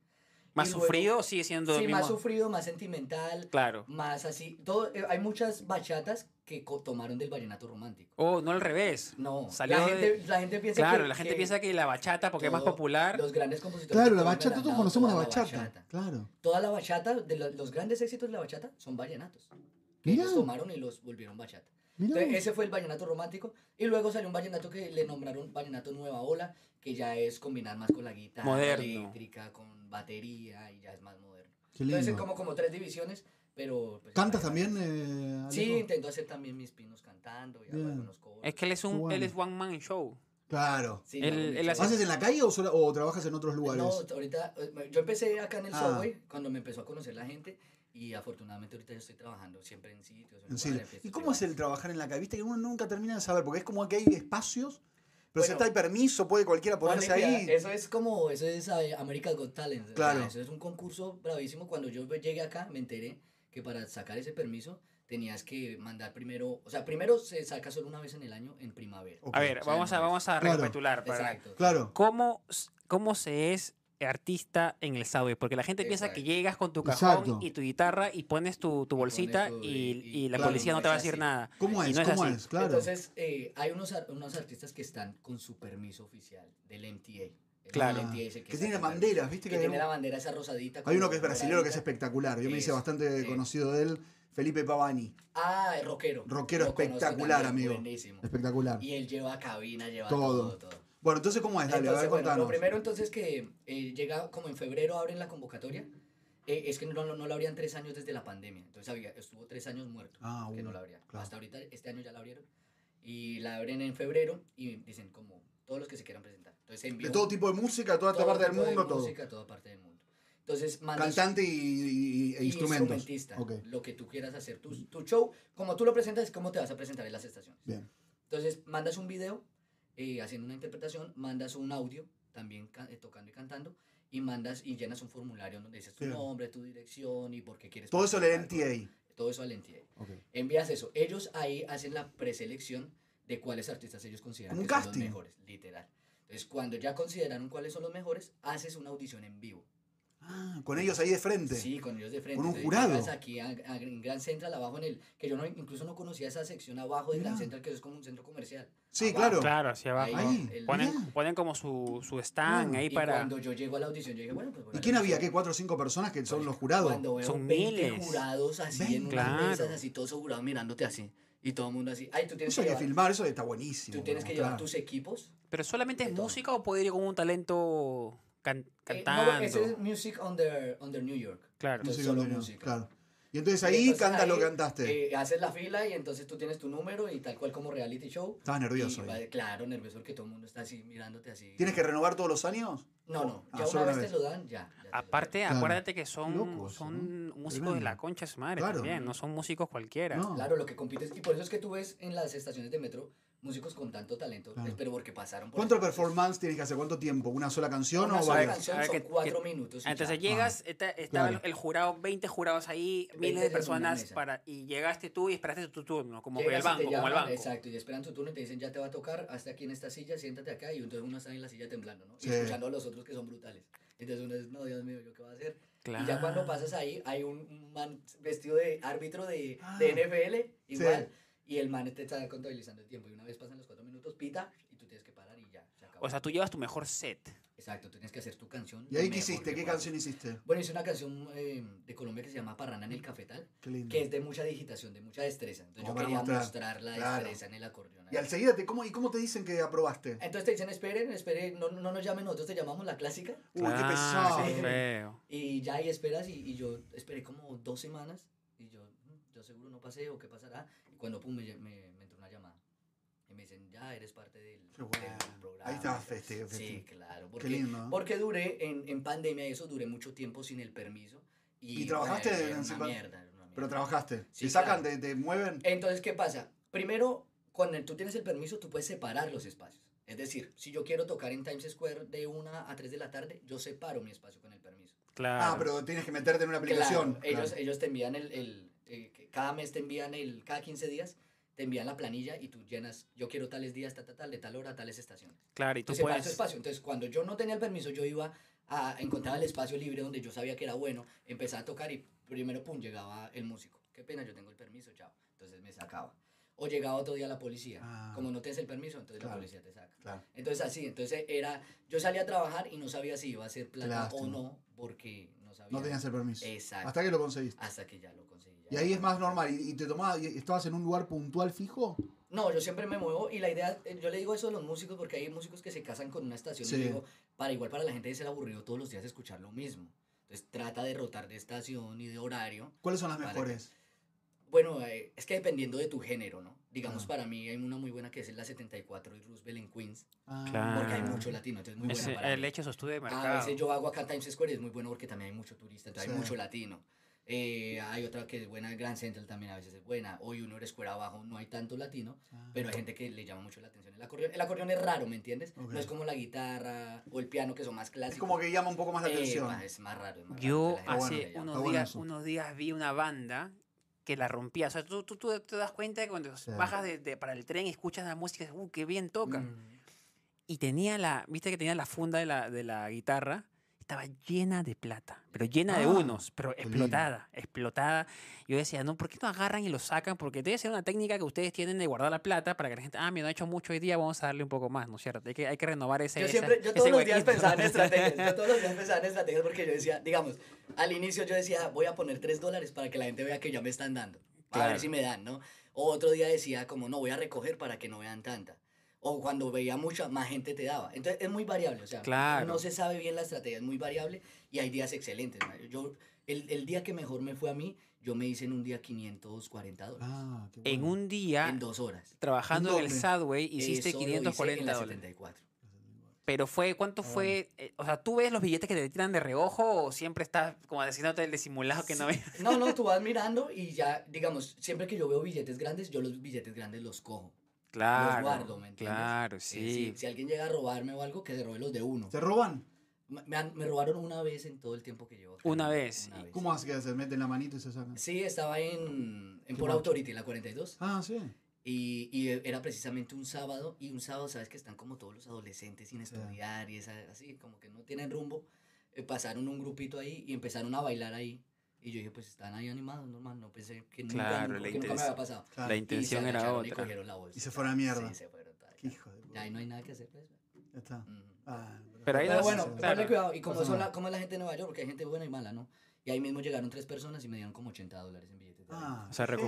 B: ¿Más
C: Y luego-
B: sufrido o sigue siendo
C: Sí,
B: el
C: más
B: mismo?
C: sufrido, más sentimental,
B: Claro.
C: más así. Todo, eh, hay muchas bachatas que co- tomaron del vallenato romántico.
B: O no al revés.
C: No,
B: Salió
C: la,
B: de-
C: gente, la gente piensa
B: Claro,
C: que-
B: la gente
C: que
B: piensa que la bachata, porque es más
C: todo-
B: popular.
C: Los grandes compositores. de
A: Claro, la
C: Colombia le
A: bachata,
C: han
A: todos
C: dado
A: conocemos la
C: toda
A: bachata. Claro.
C: Toda la bachata, de lo- los grandes éxitos de la bachata son vallenatos. Que
A: Mirá.
C: ellos tomaron y los volvieron bachata.
A: Mirá
C: Entonces,
A: vos.
C: ese fue el vallenato romántico. Y luego salió un vallenato que le nombraron vallenato nueva ola, que ya es combinar más con la guitarra
B: Moderno.
C: eléctrica, con batería y ya es más moderno.
A: Qué
C: Entonces,
A: lindo.
C: es como, como tres divisiones, pero. pues,
A: ¿Cantas
C: ya-
A: también, eh,
C: Sí,
A: Alejo?
C: intento hacer también mis pinos cantando y hago
A: Bien.
C: algunos covers.
B: Es que él es un,
A: Qué bueno.
B: él es one man show.
A: Claro.
C: Sí,
B: él-
C: hago
B: él
C: mis
B: hace-
C: covers.
A: ¿Haces en la calle o, sola- o trabajas en otros lugares?
C: No, ahorita, eh, yo empecé acá en el
A: Ah.
C: subway cuando me empezó a conocer la gente y afortunadamente ahorita yo estoy trabajando siempre en sitios.
A: En serio.
C: lugares,
A: ¿Y
C: fiestas
A: cómo es el
C: privadas.
A: trabajar en la calle? Viste que uno nunca termina de saber, porque es como que hay espacios, pero si está
C: Bueno.
A: el permiso, puede cualquiera ponerse
C: Ponle cuidado,
A: ahí.
C: Eso es como, eso es eh, America's Got Talent. o sea,
A: Claro.
C: eso es un concurso bravísimo. Cuando yo llegué acá me enteré que para sacar ese permiso tenías que mandar primero, o sea, primero se saca solo una vez en el año en primavera.
A: Ok.
B: A ver,
C: O sea,
B: vamos a,
C: no es-
B: vamos a
A: Claro.
B: recapitular. Para,
C: Exacto.
A: Claro.
B: ¿Cómo, s- ¿Cómo se es artista en el Subway? Porque la gente piensa que
C: Exacto.
B: llegas con tu cajón
A: Exacto.
B: y tu guitarra y pones tu, tu
C: pones
B: bolsita
C: tu-
B: y,
C: y-
B: y la
A: claro,
B: policía
C: no
B: no te va a
C: es
B: decir
C: así.
B: nada.
A: ¿Cómo
B: Y
A: es?
B: no es
A: ¿Cómo
B: así.
A: es? Claro.
C: Entonces, eh, hay unos, ar- unos artistas que están con su permiso oficial del MTA. El
B: Claro.
C: MTA es el
A: que tiene
C: saca el permiso.
A: banderas, viste
C: que
A: que, hay,
C: tiene
A: un-
C: la bandera esa rosadita.
A: hay
C: como
A: uno que es brasileño que es
C: doradita.
A: espectacular. Yo me hice
C: Es,
A: bastante
C: sí.
A: conocido de él, Felipe Pavani.
C: Ah, el rockero.
A: Rockero
C: Lo conozco
A: espectacular,
C: también,
A: amigo.
C: Buenísimo.
A: Espectacular.
C: Y él lleva cabina, lleva
A: Todo.
C: todo, todo.
A: Bueno, entonces, ¿cómo es? Dale, a ver,
C: Entonces, bueno,
A: contanos.
C: lo primero entonces que eh, llega como en febrero abren la convocatoria, eh, es que no, no, no la abrían tres años desde la pandemia. Entonces había, estuvo tres años muerto
A: Ah,
C: que
A: bueno,
C: no la abrían.
A: claro.
C: Hasta ahorita este año ya la abrieron y la abren en febrero y dicen como todos los que se quieran presentar. Entonces se envió
A: De todo tipo de música, toda esta
C: todo
A: parte del
C: tipo de
A: mundo, todo.
C: música, toda parte del mundo. Entonces mandas
A: Cantante y, y- y- e
C: y
A: instrumentos.
C: instrumentista,
A: Ok,
C: lo que tú quieras hacer. Tu, tu show, como tú lo presentas, es como te vas a presentar en las estaciones.
A: bien.
C: Entonces, mandas un video eh, haciendo una interpretación, mandas un audio también ca- eh, tocando y cantando y mandas y llenas un formulario donde dices tu
A: Claro.
C: nombre, tu dirección y por qué quieres
A: Todo eso le
C: participar,
A: NTA.
C: Todo eso al NTA.
A: Ok.
C: Envías eso. Ellos ahí hacen la preselección de cuáles artistas ellos consideran
A: Como un
C: que son
A: casting.
C: los mejores, literal. Entonces, cuando ya consideraron cuáles son los mejores, haces una audición en vivo.
A: Ah, con ellos ahí de frente.
C: Sí, con ellos de frente.
A: Con un
C: Entonces,
A: jurado.
C: llegas aquí a- a- en Gran Central, abajo en el... Que yo no, incluso no conocía esa sección abajo de Gran
A: Mirá.
C: Central, que es como un centro comercial.
A: Sí,
C: Abajo.
A: claro.
B: Claro, hacia abajo.
A: Ahí,
C: el-
B: Ponen,
A: mirá.
B: ponen como su, su stand
A: Claro.
B: ahí
C: Y
B: para...
C: cuando yo llego a la audición, yo dije, bueno, pues voy a
A: ¿Y
C: la
A: quién había? ¿Qué?
C: audición.
A: ¿Cuatro o cinco personas que son los jurados?
C: Cuando veo
B: Son
C: 20
B: miles.
C: jurados así
A: Ven,
C: en unas
B: claro.
C: mesas, así todos jurados mirándote así. Y todo el mundo así. Ay, tú tienes
A: Eso
C: que
A: hay que
C: llevar,
A: filmar, eso está buenísimo.
C: tú tienes que
A: mostrar.
C: llevar tus equipos.
B: ¿Pero solamente es
C: de todo.
B: música o puede ir con un talento can-
C: Eh,
B: cantando?
C: no, ese es Music Under, under New York.
B: Claro.
A: No sé,
C: solo
A: no, no,
C: música.
A: Claro. Y entonces
C: Y
A: ahí
C: entonces
A: cantas lo
C: ahí,
A: que cantaste.
C: eh, haces la fila y entonces tú tienes tu número y tal cual como reality show.
A: Estabas nervioso.
C: Y
A: ahí.
C: va de- claro, nervioso porque todo el mundo está así mirándote así.
A: ¿Tienes que renovar todos los años?
C: No, no.
A: Ah,
C: Ya
A: solo
C: una vez,
A: una
C: te lo dan, ya. ya te lo dan.
B: Aparte,
A: Claro.
B: acuérdate que son,
A: Loco eso,
B: son
A: ¿no?
B: músicos de
A: Tremendo.
B: la concha de su madre
A: Claro.
B: también, no son músicos cualquiera.
A: No.
C: Claro, lo que compites. Y por eso es que tú ves en las estaciones de metro músicos con tanto talento,
A: Claro.
C: es- pero porque pasaron por.
A: ¿Cuánto
C: esas
A: performance tienes que hacer? ¿Cuánto tiempo? ¿Una sola canción
C: Una
A: o
C: sola
A: varias?
C: canción
B: A ver,
C: son
B: que-
C: cuatro
B: que-
C: minutos. y
B: Entonces
C: ya.
B: llegas, está, estaba
A: Claro.
B: el jurado, 20 jurados ahí,
C: 20
B: miles de
C: en una
B: personas
C: mesa.
B: para y llegaste tú y esperaste tu turno, como
C: Llegas
B: el
C: y te
B: banco, como el
C: llaman,
B: banco.
C: Exacto, y esperan tu turno y te dicen, ya te va a tocar, hasta aquí en esta silla, siéntate acá, y entonces uno está en la silla temblando, ¿no?
A: Sí.
C: Y escuchando a los otros que son brutales. Entonces uno dice, no, Dios mío, ¿yo qué voy a hacer?
B: Claro.
C: Y ya cuando pasas ahí, hay un- un man vestido de árbitro de,
A: Ah.
C: de NFL,
A: Sí.
C: igual, y el man te está contabilizando el tiempo, y una vez pasan los cuatro minutos, pita, y tú tienes que parar y ya, se acabó.
B: O sea, tú llevas tu mejor set.
C: Exacto, tienes que hacer tu canción.
A: ¿Y
C: lo
A: ahí qué
C: mejor
A: hiciste?
C: que
A: ¿Qué
C: puedas.
A: canción hiciste?
C: Bueno, hice una canción eh, de Colombia que se llama Parrana en el Cafetal,
A: Qué lindo.
C: que es de mucha digitación, de mucha destreza. Entonces
A: Como
C: yo
A: para
C: quería
A: mostrar,
C: mostrar, la
A: claro.
C: destreza en el acordeón.
A: Y al seguida, te, ¿cómo, ¿y cómo te dicen que aprobaste?
C: Entonces te dicen, esperen, esperen, no, no nos llamen, nosotros te llamamos la clásica.
A: Uy, qué
B: Claro,
A: pesado.
B: qué feo.
C: Y ya ahí esperas y, y yo esperé como dos semanas y yo, "Mm, yo seguro no pasé o qué pasará. Y cuando pum, me, lle- me- me entró una llamada. Y me dicen, ya eres parte del,
A: Qué bueno.
C: del programa.
A: Ahí estabas festivo,
C: Sí,
A: festivo.
C: claro.
A: Qué
C: Porque,
A: lindo. ¿no?
C: porque duré en, en pandemia y eso, duré mucho tiempo sin el permiso. Y,
A: ¿Y trabajaste
C: bueno, era
A: en-
C: una
A: pan-
C: mierda, era una mierda.
A: Pero trabajaste.
C: Sí,
A: te sacan,
C: claro. Eh,
A: te, te mueven.
C: Entonces, ¿qué pasa? Primero, cuando tú tienes el permiso, tú puedes separar los espacios. Es decir, si yo quiero tocar en Times Square de 1 a 3 de la tarde, yo separo mi espacio con el permiso.
B: Claro.
A: Ah, pero tienes que meterte en una aplicación.
C: Claro, ellos,
A: Claro.
C: ellos te envían el, el- eh, que cada mes te envían el, cada 15 días, te envían la planilla y tú llenas, yo quiero tales días, ta, ta, tal, de tal hora, tales estaciones.
B: Claro, y tú
C: Entonces, separas
B: puedes.
C: espacio. Entonces, cuando yo no tenía el permiso, yo iba a encontrar el espacio libre donde yo sabía que era bueno, empezaba a tocar y primero, pum, llegaba el músico. Qué pena, yo tengo el permiso, chao. Entonces me sacaba. O llegaba otro día la policía.
A: Ah.
C: Como no tienes el permiso, entonces
A: Claro.
C: la policía te saca.
A: Claro.
C: Entonces así, entonces era, yo salía a trabajar y no sabía si iba a ser plata o
A: Lástima.
C: no, porque no sabía.
A: No tenías el permiso.
C: Exacto.
A: Hasta que lo conseguiste.
C: Hasta que ya lo conseguí.
A: Y
C: ya.
A: ahí es más normal. ¿Y, y te tomabas, y estabas en un lugar puntual fijo?
C: No, yo siempre me muevo y la idea, eh, yo le digo eso a los músicos porque hay músicos que se casan con una estación
A: Sí.
C: y yo digo, para igual para la gente es ser aburrido todos los días escuchar lo mismo. Entonces trata de rotar de estación y de horario.
A: ¿Cuáles son las
C: Vale.
A: mejores?
C: Bueno, eh, es que dependiendo de tu género, ¿no? Digamos,
A: Ah.
C: para mí hay una muy buena que es la 74 y Roosevelt en Queens,
A: Ah,
B: Claro.
C: porque hay mucho latino, entonces muy buena
B: Ese-
C: para
B: el
C: mí. Ah,
B: hecho de su estudio de
C: A
B: mercado.
C: veces yo hago acá en Times Square y es muy bueno porque también hay mucho turista, entonces
A: Sí.
C: hay mucho latino. Eh, hay otra que es buena, Grand Central también a veces es buena. Hoy uno era Square abajo, no hay tanto latino,
A: Ah.
C: pero hay gente que le llama mucho la atención el acordeón. El acordeón es raro, ¿me entiendes?
A: Ok.
C: No es como la guitarra o el piano que son más clásicos.
A: Es como que llama un poco más la
C: Eh,
A: atención.
C: pa, es más raro. es más
B: Yo
C: raro que la gente
B: hace
C: le llame.
B: unos,
A: Está bueno
B: días,
A: eso.
B: unos días vi una banda que la rompía. O sea, tú, tú, tú te das cuenta que cuando bajas de, de- para el tren, escuchas la música y dices, uh, qué bien tocan.
C: Mm.
B: Y tenía la, viste que tenía la funda de la, de la guitarra, estaba llena de plata, pero llena de
A: Ah,
B: unos, pero
A: lindo.
B: explotada, explotada. Yo decía, no, ¿por qué no agarran y lo sacan? Porque debe ser una técnica que ustedes tienen de guardar la plata para que la gente, ah, mira, no he hecho mucho hoy día, vamos a darle un poco más, ¿no es cierto? Hay que, hay que renovar ese.
C: Yo
B: esa-
C: siempre, yo
B: ese
C: todos los
B: huequito".
C: días
B: [LAUGHS]
C: pensaba en estrategias. Yo todos los días pensaba en estrategias porque yo decía, digamos, al inicio yo decía, voy a poner 3 dólares para que la gente vea que ya me están dando. A
B: Claro.
C: ver si me dan, ¿no? O otro día decía, como, no, voy a recoger para que no vean tanta. O cuando veía mucha, más gente te daba. Entonces es muy variable, o sea,
B: Claro.
C: no se sabe bien la estrategia, es muy variable y hay días excelentes. ¿no? Yo, el, el día que mejor me fue a mí, yo me hice en un día 540 dólares.
A: Ah, qué
B: En
A: bueno.
B: un día,
C: En dos horas.
B: trabajando en el
A: ¿Dónde?
B: Subway, hiciste
C: Eso lo hice
B: 540
C: en la
B: dólares.
C: 74.
B: Pero fue, ¿cuánto fue? Eh, o sea, ¿tú ves los billetes que te tiran de reojo o siempre estás como diciéndote el disimulado que no ves?
C: No, no, tú vas mirando y ya, digamos, siempre que yo veo billetes grandes, yo los billetes grandes los cojo.
B: Claro.
C: guardo, ¿me entiendes?
B: Claro,
C: Eh,
B: sí.
C: si, si alguien llega a robarme o algo, que se robe los de uno.
A: ¿Te roban?
C: Me, me han- me robaron una vez en todo el tiempo que llevo. acá.
B: Una vez. ¿Y
A: ¿Cómo hace que se meten la manito y se sacan?
C: Sí, estaba en,
A: Qué
C: en Por
A: mal.
C: Authority, la 42.
A: Ah, sí.
C: Y, y era precisamente un sábado. Y un sábado, sabes que están como todos los adolescentes sin
A: Sí.
C: estudiar y esa, así, como que no tienen rumbo. Eh, pasaron un grupito ahí y empezaron a bailar ahí. Y yo dije, pues están ahí animados, normal. No pensé que nunca,
B: Claro, la
C: porque nunca me
B: intención.
C: había pasado.
A: Claro.
B: La
C: Y se
B: intención era
C: agacharon Y,
B: otra.
C: cogieron la bolsa.
A: Y se fueron a mierda.
C: Sí, se fueron. tal,
A: Qué
C: ya.
A: hijo de puta.
C: Ya ahí no hay nada que hacer. Pues.
A: Ya está.
C: Ujú.
A: Ah,
B: Pero ahí
C: Pero
B: no-
C: bueno,
A: pasa nada.
B: claro.
C: ponle cuidado. Y como,
A: Pasa
C: son la,
A: nada.
C: como es la gente de Nueva York, porque hay gente buena y mala, ¿no? Y ahí mismo llegaron tres personas y me dieron como 80 dólares en billetes. de
A: Ah,
C: dólares.
B: O sea,
A: genio.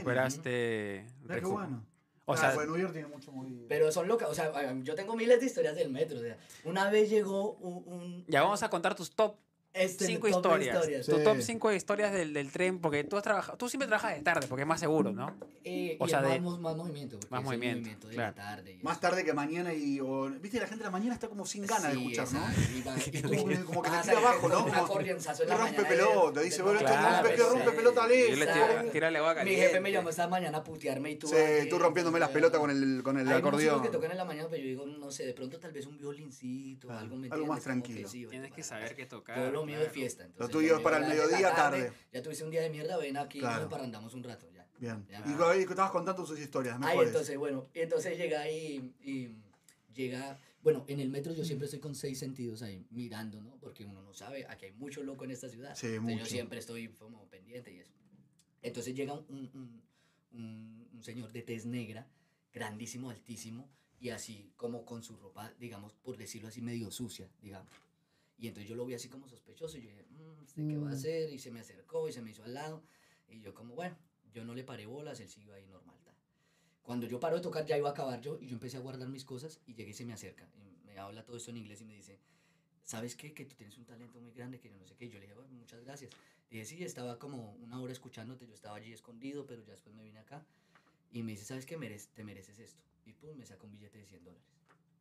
B: recuperaste.
A: Mirá qué
B: recu-
A: bueno.
B: O
A: Ah,
B: sea,
A: bueno, New York tiene mucho movido.
C: Pero son locas. O sea, hagan- yo tengo miles de historias del metro. O sea, una vez llegó un. un-
B: ya vamos a contar tus top
C: este,
B: 5
C: top de
B: historias.
A: Sí.
B: Tu top 5 historias del, del tren, porque tú, has trabajado, tú siempre trabajas de tarde, porque es más seguro, ¿no?
C: Eh,
B: O
C: y
B: sea,
C: es
B: de-
C: más, más movimiento. porque
B: más
C: es el
B: movimiento,
C: movimiento de
B: claro.
C: la tarde. y
A: Más
C: eso.
A: tarde que mañana y... o- Viste, la gente de la mañana está como sin ganas de
C: Sí,
A: escuchar, ¿no?
C: exacto, y
A: [LAUGHS]
C: va- y tú
A: Como que- como que te
C: vas
A: tira
C: a-
A: abajo, ¿no?
C: un
A: Como-
C: acordeonzazo en la
A: Rompe
C: mañana de-
A: pelota, dice,
C: del
A: bueno,
C: metro.
B: esto rompe, que
C: Claro,
A: rompe
C: sí.
A: pelota al
B: Yo le
C: Exacto.
B: tira, tira la agua
C: Mi
B: caliente.
C: jefe me llamó esta mañana a putearme y tú.
A: Sí,
C: ay,
A: tú rompiéndome las
C: ay,
A: pelotas con el, con el
C: Hay músicos
A: acordeón.
C: que tocan en la mañana, pero yo digo, no sé, de pronto tal vez un violincito,
A: Claro,
C: algo, ¿me
A: algo más
C: entiendes? Como que
A: tranquilo.
C: sí, bueno,
B: Tienes que
C: para-
B: saber qué tocar.
C: Yo lo mío de
B: claro.
C: fiesta. entonces,
A: tuyo
C: lo
A: es para
C: mío
A: el
C: ya es la
A: mediodía, tarde.
C: Ya tuviste un día de mierda, ven aquí,
A: Claro.
C: nos parrandamos un rato ya.
A: Bien.
C: Ya.
A: Y ahí estabas contando sus historias
C: Ay,
A: mejores.
C: entonces, bueno, y entonces llega y, y llega, bueno, en el metro yo
A: Mm.
C: siempre estoy con seis sentidos ahí mirando, ¿no? Porque uno no sabe, aquí hay mucho loco en esta ciudad.
A: Sí,
C: Entonces,
A: mucho.
C: Yo siempre estoy como pendiente y eso. Entonces llega un, un- un- un señor de tez negra, grandísimo, altísimo, y así como con su ropa, digamos, por decirlo así, medio sucia, digamos. Y entonces yo lo vi así como sospechoso y yo dije, "Mm, ¿este qué va a hacer? Y se me acercó y se me hizo al lado. Y yo como, bueno, yo no le paré bolas, él siguió ahí normal. tal. Cuando yo paro de tocar ya iba a acabar yo y yo empecé a guardar mis cosas y llegué y se me acerca. Y me habla todo esto en inglés y me dice, ¿sabes qué? Que tú tienes un talento muy grande, que yo no sé qué. Y yo le dije, "Bueno, muchas gracias. Y dije, sí, estaba como una hora escuchándote, yo estaba allí escondido, pero ya después me vine acá. Y me dice, ¿sabes qué? Merec- te mereces esto. Y pum, me saca un billete de 100 dólares.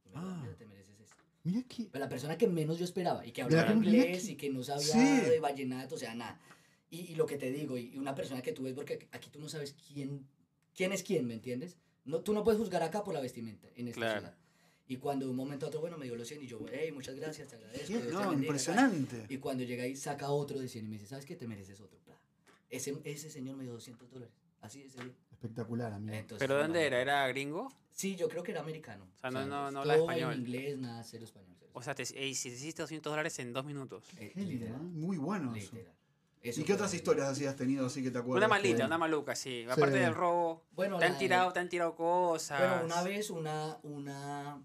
C: Y me dijo,
A: Ah.
C: "Mira, te mereces esto.
A: Mira aquí.
C: Pero la persona que menos yo esperaba y que
A: ¿Verdad
C: hablaba
A: que no viene
C: inglés
A: aquí?
C: y que no sabía
A: Sí.
C: de vallenato, o sea, nada. Y, y lo que te digo, y, y una persona que tú ves, porque aquí- aquí tú no sabes quién, quién es quién, ¿me entiendes? No, tú no puedes juzgar acá por la vestimenta en esta
B: Claro.
C: ciudad. Y cuando de un momento a otro, bueno, me dio los 100 y yo, hey, muchas gracias, te agradezco. Dios te
A: No,
C: bendiga",
A: impresionante.
C: Y cuando llega ahí, saca otro de 100 y me dice, ¿sabes qué? Te mereces otro. pla". Ese, ese señor me dio 200 dólares. Así es.
A: Espectacular, amigo.
C: Pues
B: ¿Pero dónde era? ¿Era gringo?
C: Sí, yo creo que era americano.
B: sea, no- no- no
C: todo
B: hablaba español.
C: en inglés, nada, cero español. cero
B: O sea, te, ey, si te hiciste 200 dólares en dos minutos.
C: español. Eh,
A: Qué lindo,
C: literal.
A: ¿eh? Muy bueno eso.
C: Literal. Eso
A: ¿Y qué
C: fue
A: otras
C: horrible.
A: historias así has tenido así que te acuerdas?
B: Una malita,
A: Que-
B: una maluca, sí.
A: Sí.
B: Aparte del robo,
C: Bueno,
B: te
C: la-
B: han tirado, te han tirado cosas.
C: bueno, una vez una, una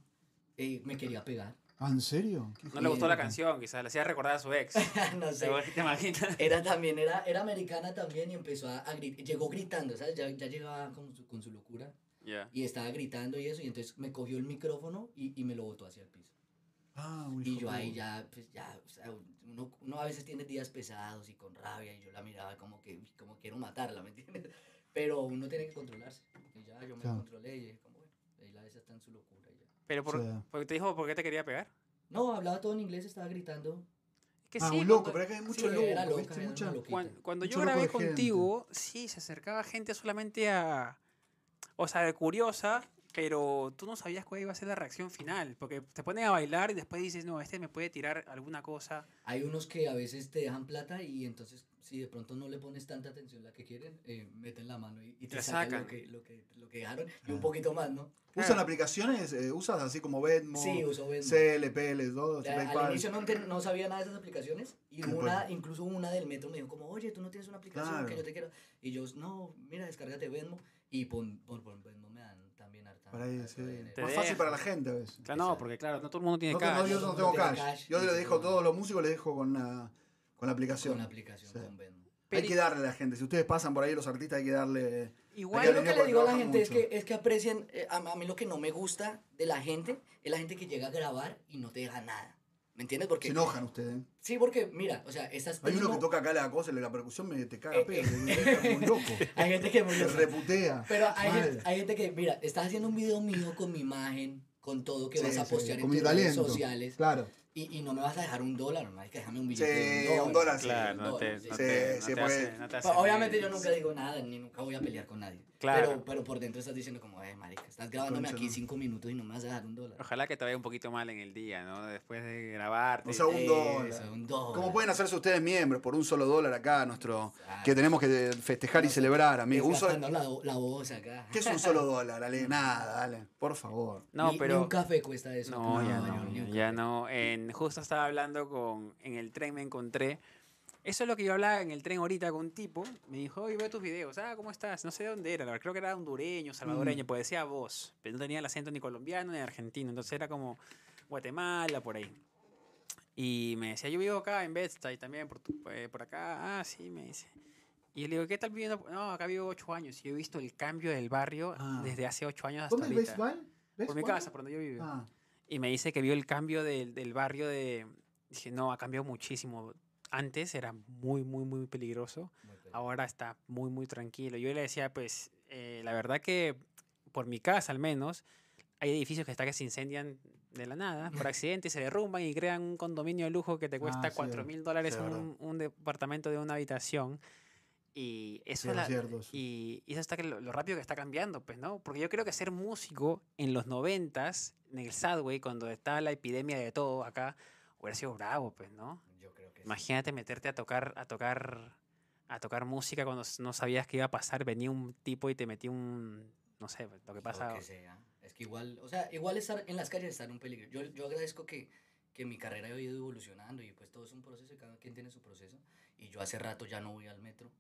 C: eh, me quería pegar. [LAUGHS]
A: Ah, ¿en serio? Qué
B: No le gustó la
A: joder.
B: canción, quizás le hacía recordar a su ex.
C: no sé.
B: [LAUGHS] ¿Te te imaginas?
C: Era también, era, era americana también y empezó a, gritar, llegó gritando, ¿sabes? Ya, ya llegaba con su, con su locura
B: Ya.
C: y estaba gritando y eso y entonces me cogió el micrófono y, y me lo botó hacia el piso.
A: Ah, un
C: Y
A: hijo
C: yo
A: de
C: ahí
A: puta.
C: ya, pues ya, o sea, uno, uno a veces tiene días pesados y con rabia y yo la miraba como que, uy, como quiero matarla, ¿me entiendes? [LAUGHS] Pero uno tiene que controlarse. Y ya yo me
A: Claro.
C: controlé y dije, como bueno, ahí la esa está en su locura y ya.
B: Pero por,
A: O sea-
B: porque te dijo por qué te quería pegar.
C: No, hablaba todo en inglés, estaba gritando.
B: Es que
A: ah,
B: sí,
A: un loco,
B: cuando-
A: pero acá hay mucho
C: Sí,
A: loco,
C: era loca,
A: ¿viste?
C: era una
A: Mucha-
C: loquita.
B: Cuan- Cuando, yo
A: Mucho loco
B: grabé
A: de gente.
B: contigo, sí, se acercaba gente solamente a. O sea, de curiosa, pero tú no sabías cuál iba a ser la reacción final. Porque te pones a bailar y después dices, no, este me puede tirar alguna cosa.
C: Hay unos que a veces te dejan plata y entonces si de pronto no le pones tanta atención la que quieren, eh, meten la mano y, y te
B: La
C: sacan,
B: sacan.
C: Lo, que, lo, que, lo que dejaron y
A: Ah.
C: un poquito más, ¿no?
A: ¿Usan
B: Claro.
A: aplicaciones? Eh, ¿Usas así como Venmo,
C: Ah. Sí, uso Venmo.
A: CL, PL, todo?
C: Eh, Al
A: PayPal?
C: inicio no, enten- no sabía nada de esas aplicaciones y
A: Después.
C: una, incluso una del metro me dijo como, oye, tú no tienes una aplicación que
A: Claro.
C: yo te quiero. Y yo, no, mira, descárgate Venmo y pon, por, por Venmo me dan también harta.
A: Para ahí,
C: harta
A: sí.
C: dinero.
B: Te
A: Más
B: dejan.
A: fácil para la gente a veces.
B: Claro, no,
C: Exacto.
B: porque claro, no todo el mundo tiene
A: No,
B: cash.
A: no, yo no tengo
C: No tengo
A: cash.
C: cash.
A: Yo le dejo
C: No.
A: todos los músicos, les dejo con la, con la aplicación.
C: Con la aplicación,
A: Sí.
C: con Venmo.
A: Hay
B: Pero
A: que darle a la gente. Si ustedes pasan por ahí, los artistas, hay que darle.
B: Igual,
C: Yo
A: Hay
C: lo
A: venir
C: que le
A: porque
C: digo a la
A: trabajan
C: gente es
A: mucho.
C: que, es que aprecien, eh, a, a mí lo que no me gusta de la gente es la gente que llega a grabar y no te deja nada. ¿Me entiendes? Porque,
A: Se enojan ustedes. ¿eh?
C: Sí, porque mira, o sea, estás
A: Hay uno
C: primo,
A: que toca acá la cosa, la percusión me te caga,
C: Eh,
A: pero
C: eh.
A: me deja como loco.
C: [LAUGHS] Hay gente que me
A: Se reputea.
C: Pero hay,
A: Mal.
C: gente- hay gente que, mira, estás haciendo un video mío con mi imagen, con todo que
A: Sí,
C: vas a
A: sí,
C: postear
A: con
C: en
A: mi
C: tus redes
A: talento.
C: sociales
A: Claro.
C: y, y no me vas a dejar un dólar, no hay que dejarme un
A: Sí,
C: billete. de
A: un dólar, sí.
B: Claro,
C: un
B: no te,
C: dólar,
B: no te,
C: sí.
A: Sí,
B: no
A: se
B: te
A: puede.
B: hace- no te
C: Pues,
B: hace
C: obviamente
B: bien.
C: yo nunca digo nada, ni nunca voy a pelear con nadie.
B: Claro.
C: Pero, pero por dentro estás diciendo como, eh, marica, estás grabándome
A: Concha,
C: aquí
A: no.
C: cinco minutos y no me vas a dejar un dólar.
B: Ojalá que te vaya un poquito mal en el día, ¿no? Después de grabarte.
A: O sea, un
B: Eh,
A: dólar.
C: Eso, un dólar.
A: ¿Cómo pueden hacerse ustedes miembros por un solo dólar acá, nuestro.
C: Exacto.
A: Que tenemos que festejar y celebrar, amigo. Un solo-
C: Desgastando Ah, la, vo- la voz acá.
A: ¿Qué es un solo dólar, Ale? Nada, dale. Por favor.
B: No,
C: Ni-
B: pero...
C: Ni un café cuesta eso.
B: No, ya
A: No,
B: no,
C: ni un
B: ya
C: café.
B: no. En, justo estaba hablando con, en el tren me encontré. Eso es lo que yo hablaba en el tren ahorita con un tipo. Me dijo, oye, veo tus videos. Ah, ¿cómo estás? No sé de dónde era. la verdad, Creo que era
A: Mm.
B: hondureño, salvadoreño, pues decía vos. Pero no tenía el acento ni colombiano ni argentino. Entonces era como Guatemala, por ahí. Y me decía, yo vivo acá en Bethesda y también por, tu- eh, por acá. Ah, sí, me dice. Y le digo, ¿qué tal viviendo? No, acá vivo ocho años. Y yo he visto el cambio del barrio
A: Ah.
B: desde hace ocho años hasta
A: ¿Dónde es
B: ahorita.
A: Baseball?
B: Por mi
A: ¿Baseball?
B: casa, por donde yo vivo.
A: Ah,
B: Y me dice que vio el cambio del, del barrio de... Dije, no, ha cambiado muchísimo. Antes era muy, muy, muy peligroso.
C: Muy bien.
B: Ahora está muy, muy tranquilo. Yo le decía, pues, eh, la verdad que por mi casa al menos, hay edificios que hasta que se incendian de la nada,
A: [LAUGHS]
B: por accidente, y se derrumban y crean un condominio de lujo que te
A: Ah,
B: cuesta
A: sí,
B: cuatro mil dólares
A: sí,
B: un,
A: verdad.
B: un departamento de una habitación. Y eso, es
A: cierto,
B: la,
A: cierto. eso.
B: y, y eso está que lo, lo rápido que está cambiando, pues, ¿no? Porque yo creo que ser músico en los noventas, en el Sadway, cuando estaba la epidemia de todo acá, hubiera sido bravo, pues, ¿no?
C: Yo creo que sí.
B: Imagínate meterte a tocar, a tocar, a tocar música cuando s- no sabías qué iba a pasar, venía un tipo y te metía un, no sé, pues, lo que
C: Lo
B: pasa.
C: que sea. Es que igual, o sea, igual estar en las calles está en un peligro. Yo, yo agradezco que, que mi carrera ha ido evolucionando y pues todo es un proceso y cada quien tiene su proceso. Y yo hace rato ya no voy al metro.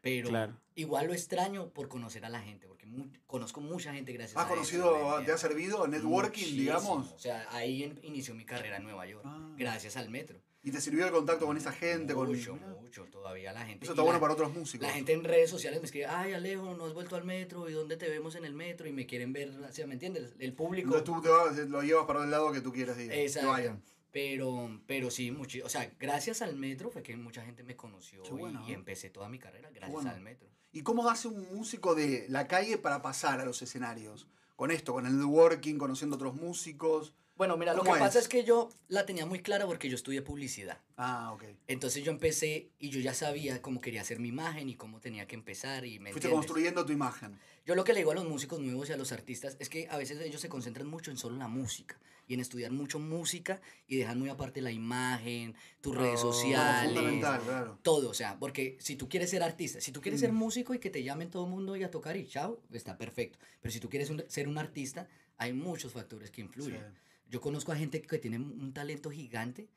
C: Pero
B: Claro.
C: igual lo extraño por conocer a la gente, porque mu- conozco mucha gente gracias
A: ¿Has
C: a
A: Ah, conocido,
C: eso, ¿me
A: te ha
C: entiendes?
A: servido networking,
C: Muchísimo.
A: digamos?
C: O sea, ahí en- inició mi carrera en Nueva York,
A: Ah.
C: gracias al metro.
A: ¿Y te sirvió el contacto con esa gente? con...
C: Mucho,
A: Mirá,
C: mucho. Todavía la gente.
A: Eso
C: y
A: está
C: la-
A: bueno para otros músicos.
C: La gente en redes sociales me escribe, ay Alejo, no has vuelto al metro, ¿y dónde te vemos en el metro? Y me quieren ver, o sea, ¿me entiendes? El público.
A: Entonces tú te vas- lo llevas para el lado que tú quieras y que
C: Exacto.
A: vayan.
C: Pero, pero sí, muchi- o sea, gracias al metro fue que mucha gente me conoció
A: Qué
C: y-
A: bueno,
C: y,
A: ¿no?
C: empecé toda mi carrera gracias
A: bueno.
C: al metro.
A: ¿Y cómo hace un músico de la calle para pasar a los escenarios? Con esto, con el networking, conociendo otros músicos.
C: Bueno, mira, lo que
A: ¿Cómo es?
C: pasa es que yo la tenía muy clara porque yo estudié publicidad.
A: Ah, ok.
C: Entonces yo empecé y yo ya sabía cómo quería hacer mi imagen y cómo tenía que empezar y me
A: Fuiste
C: entiendes?
A: construyendo tu imagen.
C: Yo lo que le digo a los músicos nuevos y a los artistas es que a veces ellos se concentran mucho en solo la música y en estudiar mucho música y dejan muy aparte la imagen, tus redes
B: Oh,
A: Claro,
C: sociales,
A: fundamental, Mm. claro.
C: todo, o sea, porque si tú quieres ser artista, si tú quieres ser músico y que te llamen todo el mundo y a tocar y chao, está perfecto. Pero si tú quieres un- ser un artista, hay muchos factores que influyen.
A: Sí.
C: Yo conozco a gente que tiene un talento gigante,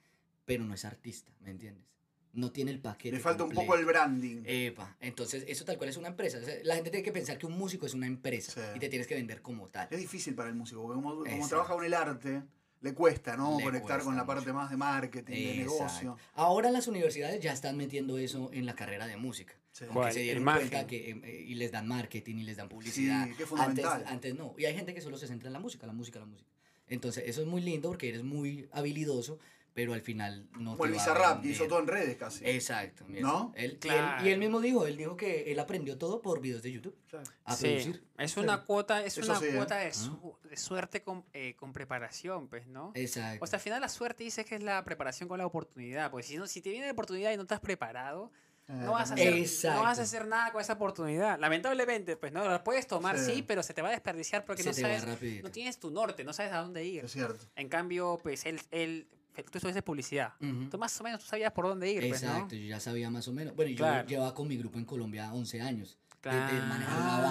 C: pero no es artista, ¿me entiendes? No tiene el paquete.
A: Le falta un poco
C: completo.
A: el branding.
C: Epa, entonces eso tal cual es una empresa. O sea, la gente tiene que pensar que un músico es una empresa
A: Sí.
C: y te tienes que vender como tal.
A: Es difícil para el músico, porque como, como
C: Exacto.
A: trabaja con el arte, le cuesta, ¿no?
C: Le
A: Conectar con
C: cuesta
A: la parte
C: mucho.
A: más de marketing, de
C: Exacto.
A: negocio.
C: Ahora las universidades ya están metiendo eso en la carrera de música.
A: Sí.
C: Como
B: ¿Cuál?
C: que se dieron
B: Imagen.
C: cuenta que, em, eh, y les dan marketing y les dan publicidad.
A: qué fundamental.
C: Antes, antes no. Y hay gente que solo se centra en la música, la música, la música. Entonces eso es muy lindo porque eres muy habilidoso, pero al final no
A: Como el
C: te va a
A: Bizarrap, que
C: vender.
A: hizo todo en redes casi.
C: Exacto. mira.
A: ¿No?
C: Él- y él-
B: Claro.
C: y, él, mismo dijo, él dijo que él aprendió todo por videos de YouTube.
A: Claro.
C: A
B: Sí,
C: producir. Ah.
B: es una cuota, es
A: Eso
B: una
A: sí, ¿eh?
B: cuota de, su- de suerte con, eh, con preparación, pues, ¿no?
C: Exacto.
B: O sea, al final la suerte dices que es la preparación con la oportunidad, porque si, no, si te viene la oportunidad y no estás preparado,
A: Eh,
B: no vas, a
A: también.
B: hacer, no
C: Exacto.
B: vas a hacer nada con esa oportunidad. Lamentablemente, pues no, la puedes tomar,
A: Sí.
B: sí, pero se te va a desperdiciar porque
C: Se
B: no
C: te va
B: sabes,
C: rapidito.
B: no tienes tu norte, no sabes a dónde ir.
A: Es cierto.
B: En cambio, pues él, él tú estudiaste publicidad.
C: Ujú.
B: Tú más o menos tú sabías por dónde ir, pues, ¿no?
C: Exacto, yo ya sabía más o menos. Bueno, y yo
B: Claro.
C: llevaba con mi grupo en Colombia 11 años. de- De,
B: Claro.
C: manejar Ah, la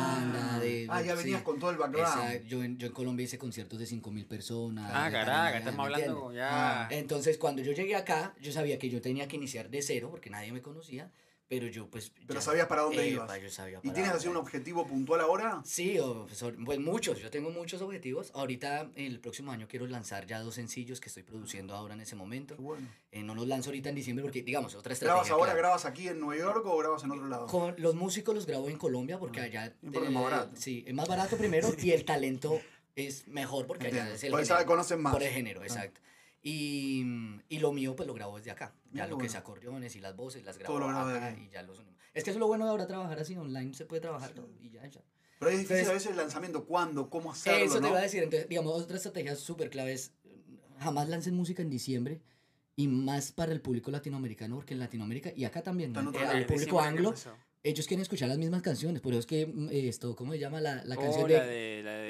C: banda, de...
A: ah, ya
C: sí.
A: venías con todo el background.
C: Exacto, Yo en, yo en Colombia hice conciertos de 5.000 personas.
B: Ah,
C: de
B: caraca,
C: tarima,
B: estamos
C: ¿me
B: hablando
C: entiendes? Ah,
A: ah.
B: ya.
C: Entonces, cuando yo llegué acá, yo sabía que yo tenía que iniciar de cero porque nadie me conocía, pero yo pues...
A: Pero sabías para dónde
C: Epa,
A: ibas.
C: yo sabía
A: ¿Y
C: para
A: tienes así
C: dónde
A: un objetivo puntual ahora?
C: Sí, o- so- pues muchos, yo tengo muchos objetivos. Ahorita, el próximo año, quiero lanzar ya dos sencillos que estoy produciendo ahora en ese momento.
A: Qué bueno.
C: Eh, no los lanzo ahorita en diciembre porque, digamos, otra estrategia.
A: ¿Grabas ahora,
C: claro.
A: grabas aquí en Nueva York o grabas en otro lado?
C: Con- los músicos los grabo en Colombia porque allá...
A: Ah, Y porque es más barato.
C: Sí, es más
A: [LAUGHS]
C: barato primero y el talento es mejor porque allá
A: Entiendo.
C: es el
A: Porque
C: género.
A: sabe, conocen más. Ah.
C: Por el género, exacto. Y, y lo mío, pues lo grabo desde acá.
A: Mira
C: Ya
A: qué
C: lo que
A: bueno.
C: es acordeones y las voces, las grabo
A: Todo lo grabas
C: acá
A: desde
C: y ya los unimos. Es que eso es lo bueno de ahora trabajar así online, se puede trabajar todo y ya, ya.
A: Pero es difícil
C: Entonces-
A: a veces el lanzamiento, cuándo, cómo hacerlo,
C: Eso te
A: ¿no?
C: iba a decir. Entonces, digamos, otra estrategia súper clave es jamás lancen música en diciembre y más para el público latinoamericano, porque en Latinoamérica y acá también,
A: Está en
C: ¿no?
A: otro
C: el,
A: lado.
C: el público
B: Decimos, ¿qué
C: anglo,
B: pasó?
C: ellos quieren escuchar las mismas canciones, por eso es que mm, esto, ¿cómo se llama? La, la
B: Oh,
C: canción
B: la
C: de,
B: de, la de,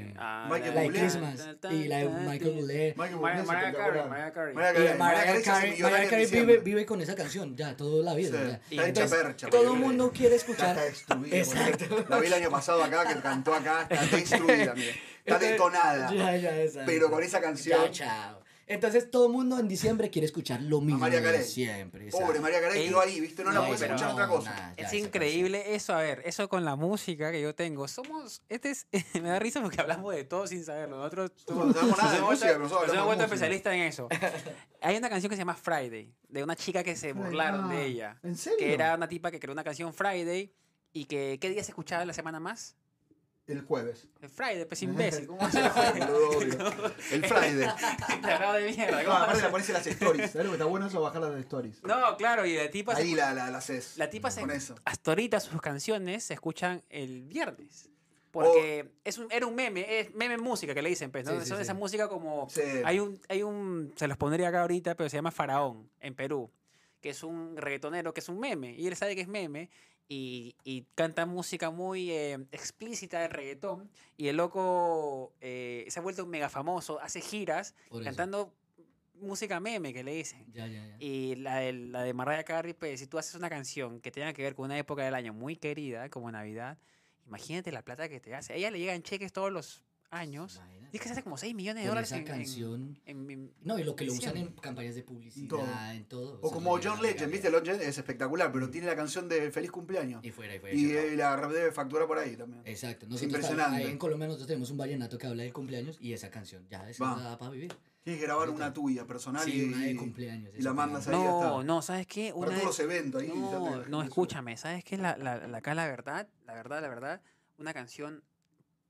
C: eh,
B: ah,
A: Michael
C: la de
A: Bublé.
C: Christmas y la de Michael Bublé.
A: Michael
B: Mar-
A: Bublé se
B: Mariah
A: te
B: Carey,
A: acuerda.
B: Mariah Carey.
A: Mariah
C: Y
A: Carey,
C: Mariah
A: se hace
C: Carey,
A: millonaria
C: Mariah
A: en
C: Carey vive,
A: diciembre.
C: vive con esa canción ya toda la
A: Sí,
C: vida. ya.
A: Está en
C: Entonces,
A: Chapercha.
C: todo el
A: Mariah
C: mundo
A: Carey.
C: quiere
A: Ya
C: escuchar.
A: está destruida.
C: Exacto.
A: boludo. La vi el año pasado acá que cantó acá, está destruida, mira. Está
C: Entonces,
A: detonada.
C: Ya, ya, exacto.
A: Pero con esa canción.
C: Ya, chao. Entonces todo el mundo en diciembre quiere escuchar lo mismo
A: Mariah
C: de
A: Carey.
C: siempre.
A: Pobre
C: exacto.
A: María Caray
B: Ey,
A: quedó ahí, ¿viste? No, la
B: no,
A: puedes
B: pero
A: escuchar otra
C: no,
A: cosa.
C: nada, ya,
B: Es
C: esa
B: increíble eso, a ver, eso con la música que yo tengo. Somos, este es, [LAUGHS] me da risa porque hablamos de todo sin saberlo. Nosotros
A: Nosotros no sabemos nada de
B: hemos
A: música,
B: vuelto-
A: pero nosotros
B: nos hemos
A: hablamos
B: vuelto
A: de música.
B: especialistas en eso.
A: [LAUGHS]
B: Hay una canción que se llama Friday, de una chica que se burlaron de ella.
A: ¿En serio?
B: Que era una tipa que creó una canción Friday y que, ¿qué día se escuchaba la semana más?
A: El jueves.
B: El Friday, pues
A: [LAUGHS]
B: imbécil. ¿Cómo vas a
A: Boludo,
B: [LAUGHS]
A: obvio. El Friday.
B: Tarado de mierda. ¿cómo
A: No, aparte
B: vas
A: le
B: a-
A: aparecen las stories. ¿Sabes lo que está bueno eso? Bajar las stories.
B: No, claro, y la tipa se
A: Ahí la, la, la haces.
B: La tipa se-
A: Con eso.
B: hasta ahorita sus canciones se escuchan el viernes.
C: Oh.
B: Porque es un, era un meme, es meme música que le dicen, pues, ¿no?
C: Sí, sí,
B: Son
C: sí.
B: esa música como...
A: Sí.
B: Hay un, hay un, se los pondría acá ahorita, pero se llama Faraón, en Perú, que es un reggaetonero, que es un meme, y él sabe que es meme, y, y canta música muy eh, explícita de reggaetón, y el loco eh, se ha vuelto mega famoso, hace giras
C: Por eso.
B: cantando música meme, que le dicen.
C: Ya, ya, ya.
B: Y la de, la de Mariah Carey, pues si tú haces una canción que tenga que ver con una época del año muy querida, como Navidad, imagínate la plata que te hace. A ella le llegan cheques todos los años.
C: Imagínate.
B: Y es que se hace como 6 millones de
C: Con
B: dólares
C: esa
B: en- en-
C: canción.
B: en- en-
C: No, y lo que lo usan
B: Sí.
C: en campañas de publicidad,
A: Todo.
C: en todo.
A: O
C: sea,
A: como
C: le
A: John
C: ganan
A: Legend,
C: la
A: ¿viste?
C: vida.
A: John Legend es espectacular, pero tiene la canción de Feliz Cumpleaños.
C: Y fuera, y fuera.
A: Y
C: se acabó.
A: eh, la debe factura por ahí también.
C: Exacto.
A: Es
C: Nosotros
A: impresionante.
C: ahí en Colombia nosotros tenemos un vallenato que habla del cumpleaños y esa canción ya es
A: Va.
C: para vivir.
A: Tienes que grabar
C: Ahorita.
A: una tuya personal
C: Sí,
A: y,
C: una de
A: y-
C: cumpleaños.
A: y
C: esa
A: la mandas
C: también.
A: ahí
B: No,
A: está.
B: no, ¿sabes qué?
A: para
B: Una
A: todos
B: de-
A: los eventos ahí. ya te-
B: No,
A: te-
B: no,
A: te-
B: escúchame, ¿sabes qué? La, la, la- acá la verdad, la verdad, la verdad, una canción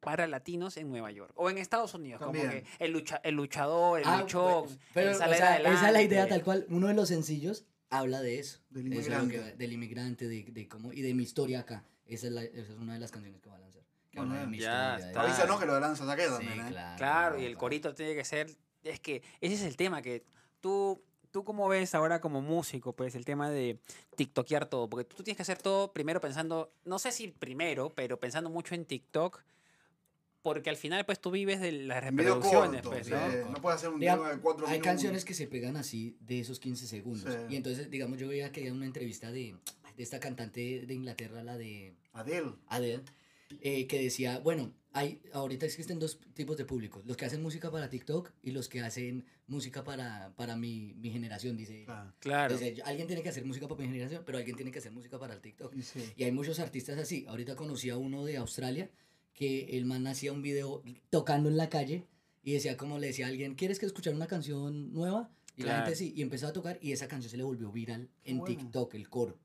B: para latinos en Nueva York o en Estados Unidos, como
A: También.
B: que el, lucha- el luchador, el
C: Ah,
B: luchón,
C: pues, pero,
B: el
C: o
B: salir
C: sea, esa es la idea
B: adelante.
C: tal cual. Uno de los sencillos habla de eso.
A: Del
C: Eso es lo que-
A: inmigrante.
C: del inmigrante, de, de cómo, y de mi historia acá. Esa es, la- esa es una de las canciones que va a lanzar. Que
A: Bueno,
C: habla de mi
B: ya
C: historia. de-
B: está.
A: Avísanos que lo lanzas aquí
C: Sí,
A: también, ¿eh?
C: claro.
B: Claro, y el
C: claro.
B: corito tiene que ser, es que ese es el tema que tú, tú como ves ahora como músico, pues el tema de tiktokear todo, porque tú tienes que hacer todo primero pensando, no sé si primero, pero pensando mucho en TikTok, porque al final pues tú vives de las
A: Un video
B: reproducciones,
A: corto.
B: pues,
A: sí,
B: ¿no?
C: video
A: No puedes hacer un
C: Diga-
A: tema de cuatro
C: Hay
A: minutos.
C: canciones que se pegan así de esos 15 segundos.
A: Sí.
C: Y entonces, digamos, yo veía que había una entrevista de, de esta cantante de Inglaterra, la de
A: Adele.
C: Adele, eh, que decía, bueno, hay, ahorita existen dos tipos de públicos, los que hacen música para TikTok y los que hacen música para, para mi, mi generación, dice. ella.
A: Claro.
B: Claro.
C: Dice, "Yo- alguien tiene que hacer música para mi generación, pero alguien tiene que hacer música para el TikTok.
A: Y sí.
C: Y hay muchos artistas así. Ahorita conocí a uno de Australia que el man hacía un video tocando en la calle y decía como le decía a alguien, ¿quieres que escuchar una canción nueva? Y la
B: Claro.
C: gente sí, y empezó a tocar y esa canción se le volvió viral en
A: Bueno.
C: TikTok, el coro.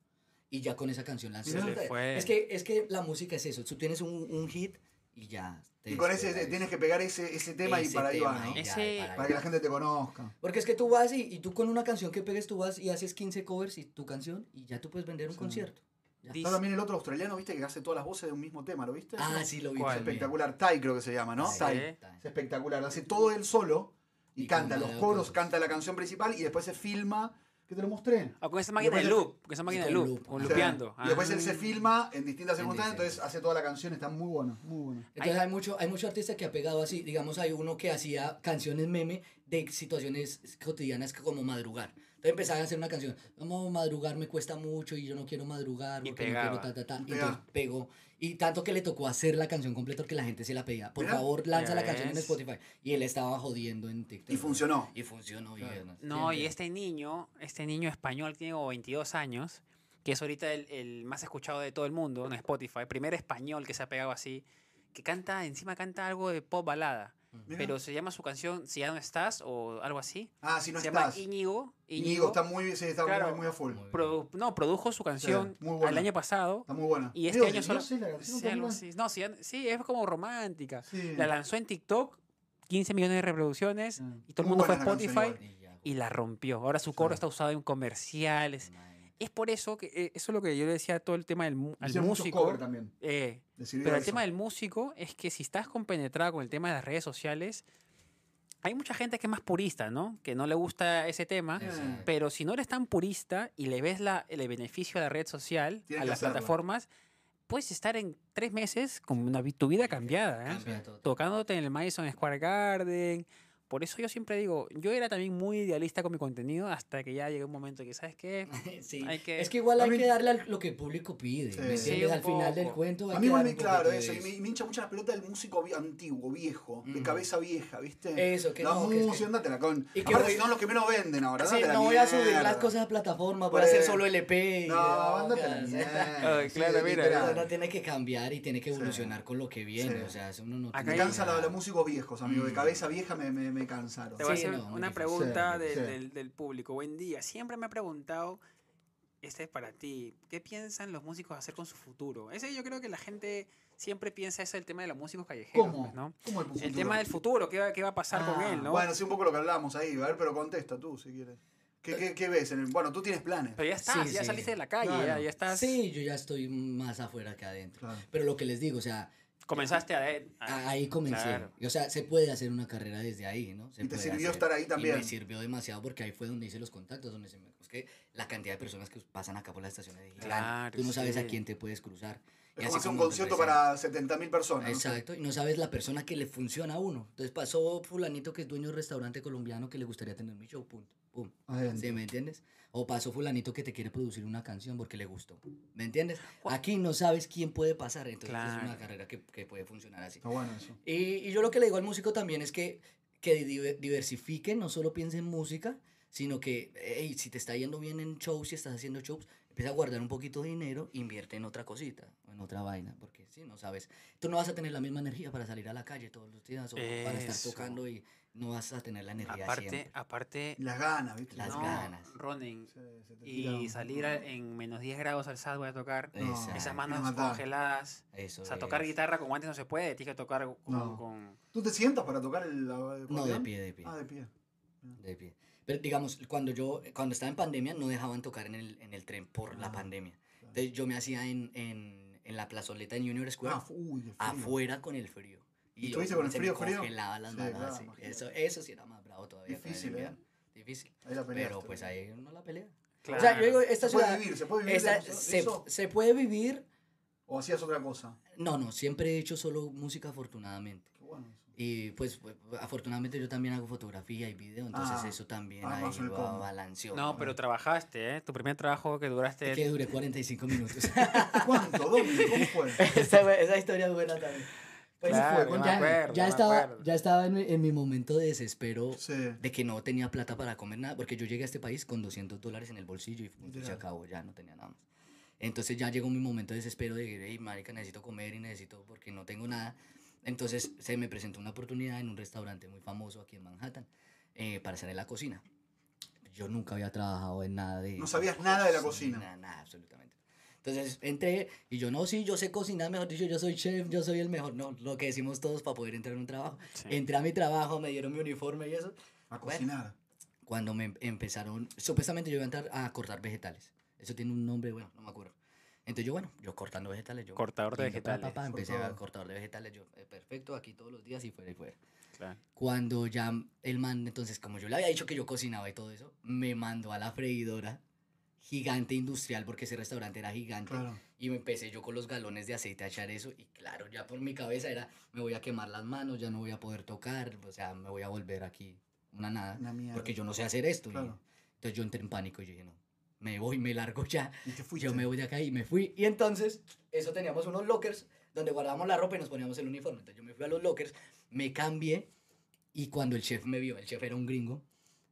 C: Y ya con esa canción lanzó.
A: Se le
B: fue.
C: Es que, es que la música es eso, tú tienes un, un hit y ya. te
A: Y con ese
C: despegas.
A: tienes que pegar ese, ese tema y
C: Ese
A: para ahí va,
C: tema
A: ¿no?
C: y ya,
B: Ese-
C: para ahí
A: Para que
C: va.
A: la gente te conozca.
C: Porque es que tú vas y, y tú con una canción que pegues, tú vas y haces 15 covers y tu canción y ya tú puedes vender un
A: Sí.
C: concierto. Ya.
B: Dice-
A: Está también el otro australiano, ¿viste? Que hace todas las voces de un mismo tema, ¿lo viste?
C: Ah, sí, lo vi.
B: ¿Cuál?
A: Es
C: también.
A: espectacular. Tai creo que se llama, ¿no?
C: Sí.
A: Tai.
C: Tai.
A: Es espectacular. Hace todo él solo y,
C: Y
A: canta
C: con
A: los
C: varios
A: coros,
C: coros.
A: canta la canción principal y después se filma. ¿Qué te lo mostré?
B: O con esa máquina de
A: después-
B: loop, con esa máquina de
C: con
B: loop,
C: loop,
B: como
A: O sea,
B: loopeando.
A: Y después
B: Ah.
A: él se filma en distintas
C: En
A: circunstancias, entonces
C: distintas.
A: hace toda la canción, está muy bueno, muy bueno.
C: Entonces hay mucho, hay mucho artista que ha pegado así, digamos hay uno que hacía canciones meme de situaciones cotidianas como madrugar. Entonces empezaba a hacer una canción, vamos madrugar me cuesta mucho y yo no quiero madrugar
B: Y
C: porque no
B: pegaba.
C: quiero ta ta ta. Y
A: Pegaba.
C: entonces pegó y tanto que le tocó hacer la canción completa porque la gente se la pedía. Por
A: Mira.
C: favor, lanza
B: Ya
C: la canción en
B: ves.
C: Spotify y él estaba jodiendo en TikTok.
A: Y funcionó.
C: Y funcionó
A: Claro.
C: bien.
B: No, y
C: ¿entiendes?
B: este niño, este niño español que tiene como 22 años, que es ahorita el, el más escuchado de todo el mundo en Spotify, primer español que se ha pegado así, que canta, encima canta algo de pop balada,
A: Mira.
B: pero se llama su canción Si ya no estás o algo así.
A: ah, si no
B: se
A: estás.
B: llama Íñigo. Íñigo,
A: Íñigo está muy, sí, está
B: Claro.
A: muy, muy a full.
C: Muy bien.
B: produ- no, produjo su canción
A: muy buena.
B: el año pasado
A: Está muy buena.
B: y este
A: Digo,
B: año
A: si
B: solo...
A: no sé, la canción
B: Sí,
A: está muy
B: algo
A: buena.
B: así. No, si ya- sí, es como romántica.
A: Sí.
B: La lanzó en TikTok, 15 millones de reproducciones,
A: Mm.
B: y todo el
A: Muy
B: mundo fue a
A: buena la canción
B: Spotify
A: igual.
C: Y ya,
B: y la rompió. Ahora su coro está usado en comerciales.
C: mae.
B: Es por eso que eh, eso es lo que yo le decía a todo el tema del mu- al
A: Hicieron muchos
B: músico.
A: covers también.
B: eh,
A: de Silvio
B: pero el
A: Delso.
B: tema del músico es que si estás compenetrado con el tema de las redes sociales, hay mucha gente que es más purista, ¿no? Que no le gusta ese tema.
A: Eh.
C: Exacto.
B: Pero si no eres tan purista y le ves la, el beneficio a la red social,
A: Tienes
B: a
A: que
B: las
A: hacerlo.
B: plataformas, puedes estar en tres meses con una vi- tu vida cambiada, ¿eh?
C: Cambia
A: Sí.
C: todo.
B: tocándote en el Madison Square Garden. Por eso yo siempre digo, yo era también muy idealista con mi contenido hasta que ya llegué un momento que, ¿sabes qué?
C: [LAUGHS] Sí,
B: Hay que-
C: Es que igual hay
A: A mí-
C: que darle al- lo que el público pide.
A: Sí.
C: ¿me
A: Sí,
C: entiendes?
B: un
C: al final del
B: poco.
C: cuento. hay
A: A mí
C: que
A: me
C: dar
A: me
C: un poquito
A: claro
C: de
A: eso, y me, me hincha mucho la pelota del músico vi- antiguo, viejo, de
C: Mm.
A: cabeza vieja,
B: Eh,
A: ¿viste?
C: Eso, que
A: la
C: no, que es
A: música,
C: que-
A: andatela con.
C: Y que
A: Aparte,
C: voy-
A: si no, los que menos venden ahora.
C: Sí,
A: andate la
C: no voy a subir
A: mierda.
C: las cosas a plataforma, voy
A: Por
C: a hacer
A: eso.
C: solo LP. y-
A: No,
C: ah,
A: ándate a la
C: o sea,
A: mierda.
B: Ay, [LAUGHS] claro, mira.
A: literal.
C: Uno tiene que cambiar y tiene que evolucionar con lo que viene.
A: Sí.
C: O sea, eso uno no
B: Acá
A: Me
B: hay-
C: tiene
A: cansa
C: que-
A: la- los músicos viejos, amigo. De
C: Mm.
A: cabeza vieja me, me, me cansaron.
B: Te voy a
C: Sí,
B: hacer
C: no, muy
B: una
C: difícil.
B: pregunta
A: Sí,
B: del,
A: sí.
B: Del, del público. Buen día. Siempre me ha preguntado, este es para ti, ¿qué piensan los músicos hacer con su futuro? Ese yo creo que la gente siempre piensa eso, el tema de los músicos callejeros,
A: ¿Cómo?
B: pues, ¿no?
A: ¿Cómo el,
B: El
A: futuro?
B: tema del futuro, ¿qué va, qué va a pasar con
A: Ah,
B: él, no?
A: Bueno, sí, un poco lo que hablábamos ahí, a ver, pero contesta tú si quieres. ¿Qué, qué, qué ves? en el- bueno, tú tienes planes.
B: Pero ya estás,
C: Sí,
B: ya
C: sí.
B: saliste de la calle,
A: Claro.
B: ya, ya estás,
C: Sí, yo ya estoy más afuera que adentro.
A: Claro.
C: Pero lo que les digo, o sea,
B: comenzaste a...
C: a-
A: Ah,
B: a-
C: ahí comencé.
B: Ah, claro.
C: O sea, se puede hacer una carrera desde ahí, ¿no? Se
A: Y te
C: puede
A: sirvió
C: hacer.
A: estar ahí
C: Y
A: también.
C: me sirvió demasiado porque ahí fue donde hice los contactos, donde se me... Es que la cantidad de personas que pasan acá por la estación de Digital,
B: Claro,
C: tú no sabes a
B: sí.
C: quién te puedes cruzar.
A: Es
C: así
A: como hacer un
C: como
A: concierto
C: empecé.
A: para 70.000 personas. ¿no?
C: Exacto, y no sabes la persona que le funciona a uno. Entonces pasó fulanito que es dueño de un restaurante colombiano que le gustaría tener mi show, punto. Pum.
A: Adentro.
C: ¿Sí me entiendes? O pasó fulanito que te quiere producir una canción porque le gustó. ¿Me entiendes? Aquí no sabes quién puede pasar, entonces es
B: Claro.
C: una carrera que, que puede funcionar así.
A: Está bueno eso.
C: Y, y yo lo que le digo al músico también es que, que di- diversifiquen, no solo piensen en música, sino que hey, si te está yendo bien en shows, si estás haciendo shows, empieza a guardar un poquito de dinero, invierte en otra cosita, o en otra vaina, porque si no sabes, tú no vas a tener la misma energía para salir a la calle todos los días o para estar
B: Eso.
C: tocando y no vas a tener la energía
B: Aparte,
C: siempre.
B: aparte,
A: Las ganas, ¿viste?
C: Las
B: no,
C: ganas.
B: running
A: Se- se te tira
B: y
A: un-
B: salir a- en menos 10 grados al sal voy a tocar.
A: No,
C: Exacto.
B: Esas
A: me
B: manos
A: mataron.
B: congeladas.
C: Eso
B: O sea, tocar
C: es.
B: guitarra con guantes no se puede, tienes que tocar con...
A: No.
B: con-
A: ¿Tú te sientas para tocar el acordeón?
C: No, de pie, de pie.
A: Ah, de pie.
C: de pie. Pero digamos, cuando yo, cuando estaba en pandemia, no dejaban tocar en el, en el tren por
A: Ah,
C: la pandemia.
A: claro.
C: Entonces yo me hacía en, en, en la plazoleta en Junior Square.
A: Ah, uy, de frío.
C: afuera con el frío.
A: ¿Y
C: yo-
A: tuviste con el
C: se me
A: frío, frío?
C: congelaba las
A: Sí,
C: manos
A: claro,
C: así.
A: imagínate.
C: Eso, eso sí era más bravo todavía. con el
A: Difícil, ¿eh?
C: invierno. Difícil.
A: Ahí la peleaste,
C: Pero pues
A: ¿no?
C: ahí uno la pelea.
B: Claro.
C: O sea, yo digo, esta
A: Se puede
C: ciudad...
A: vivir, se puede vivir.
C: esta-
A: de eso- de
C: se,
A: eso?
C: se puede vivir...
A: ¿O hacías otra cosa?
C: No, no, siempre he hecho solo música afortunadamente.
A: Qué bueno eso.
C: Y pues pues, afortunadamente yo también hago fotografía y video, entonces
A: Ah,
C: eso también
A: ah,
C: ahí
A: más el
C: lo
A: combo.
C: balanceó.
B: No, pero trabajaste, ¿eh? Tu primer trabajo que duraste...
C: Que dure 45 minutos.
A: ¿Cuánto? ¿Dónde? ¿Cómo fue?
C: [LAUGHS] esa, esa historia es buena también. Pues,
A: Claro,
C: fue,
A: yo
C: con-
A: me
C: ya,
B: acuerdo,
C: ya
B: me
C: estaba,
B: acuerdo.
C: ya estaba en, mi- en mi momento de desespero
A: Sí.
C: de que no tenía plata para comer nada, porque yo llegué a este país con 200 dólares en el bolsillo y punto, se
A: Literal.
C: acabó, ya no tenía nada más. Entonces ya llegó mi momento de desespero de, hey, marica, necesito comer y necesito porque no tengo nada. Entonces se me presentó una oportunidad en un restaurante muy famoso aquí en Manhattan eh, para estar en la cocina. Yo nunca había trabajado en nada de...
A: No sabías nada de la
C: Sí,
A: cocina.
C: Nada, nada, absolutamente. Entonces entré y yo no, sí, yo sé cocinar, mejor dicho, yo soy chef, yo soy el mejor, no, lo que decimos todos para poder entrar en un trabajo.
B: Sí.
C: Entré a mi trabajo, me dieron mi uniforme y eso.
A: A
C: Bueno.
A: cocinar.
C: Cuando me em- empezaron, supuestamente yo iba a entrar a cortar vegetales. Eso tiene un nombre, bueno, no me acuerdo. Entonces yo, bueno, yo cortando vegetales, yo...
B: Cortador de
C: yendo pa, pa,
B: vegetales.
C: pa, empecé a
A: Cortador.
C: cortador de vegetales, yo, eh, perfecto, aquí todos los días y fuera y fuera
B: Claro.
C: cuando ya el man, entonces como yo le había dicho que yo cocinaba y todo eso, me mandó a la freidora gigante industrial porque ese restaurante era gigante
A: Claro.
C: y me empecé yo con los galones de aceite a echar eso y claro, ya por mi cabeza era, me voy a quemar las manos, ya no voy a poder tocar, o sea, me voy a volver aquí una nada
A: Una mierda.
C: porque yo no sé hacer esto. y-
A: Claro.
C: entonces yo entré en pánico y yo dije, no, me voy, me largo ya.
A: Y te fuiste.
C: Yo me voy de acá y me fui. Y entonces, eso teníamos unos lockers donde guardábamos la ropa y nos poníamos el uniforme. Entonces yo me fui a los lockers, me cambié y cuando el chef me vio, el chef era un gringo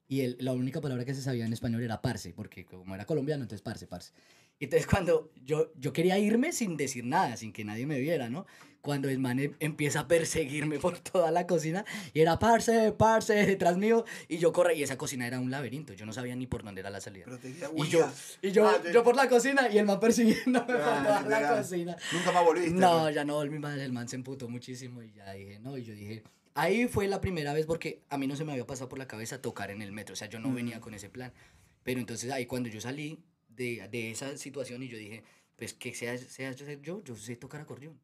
C: y él, la única palabra que se sabía en español era parce, porque como era colombiano, entonces parce, parce. Y Entonces cuando yo, yo quería irme sin decir nada, sin que nadie me viera, ¿no? Cuando el man em- empieza a perseguirme [LAUGHS] por toda la cocina y era parce, parce, detrás mío y yo corre y esa cocina era un laberinto, yo no sabía ni por dónde era la salida.
A: Pero te guía-
C: Y yo,
A: huías.
C: y yo,
A: Ah, te-
C: yo por la cocina y el man persiguiéndome por
A: [LAUGHS] Ah,
C: toda la
A: literal.
C: cocina.
A: Nunca más volviste.
C: No,
A: pues.
C: ya no, mi madre, el man se emputó muchísimo y ya dije, no, y yo dije, ahí fue la primera vez porque a mí no se me había pasado por la cabeza tocar en el metro, o sea,
A: Mm.
C: yo no venía con ese plan. Pero entonces ahí cuando yo salí de, de esa situación y yo dije, pues que sea, sea yo, yo sé tocar acordeón.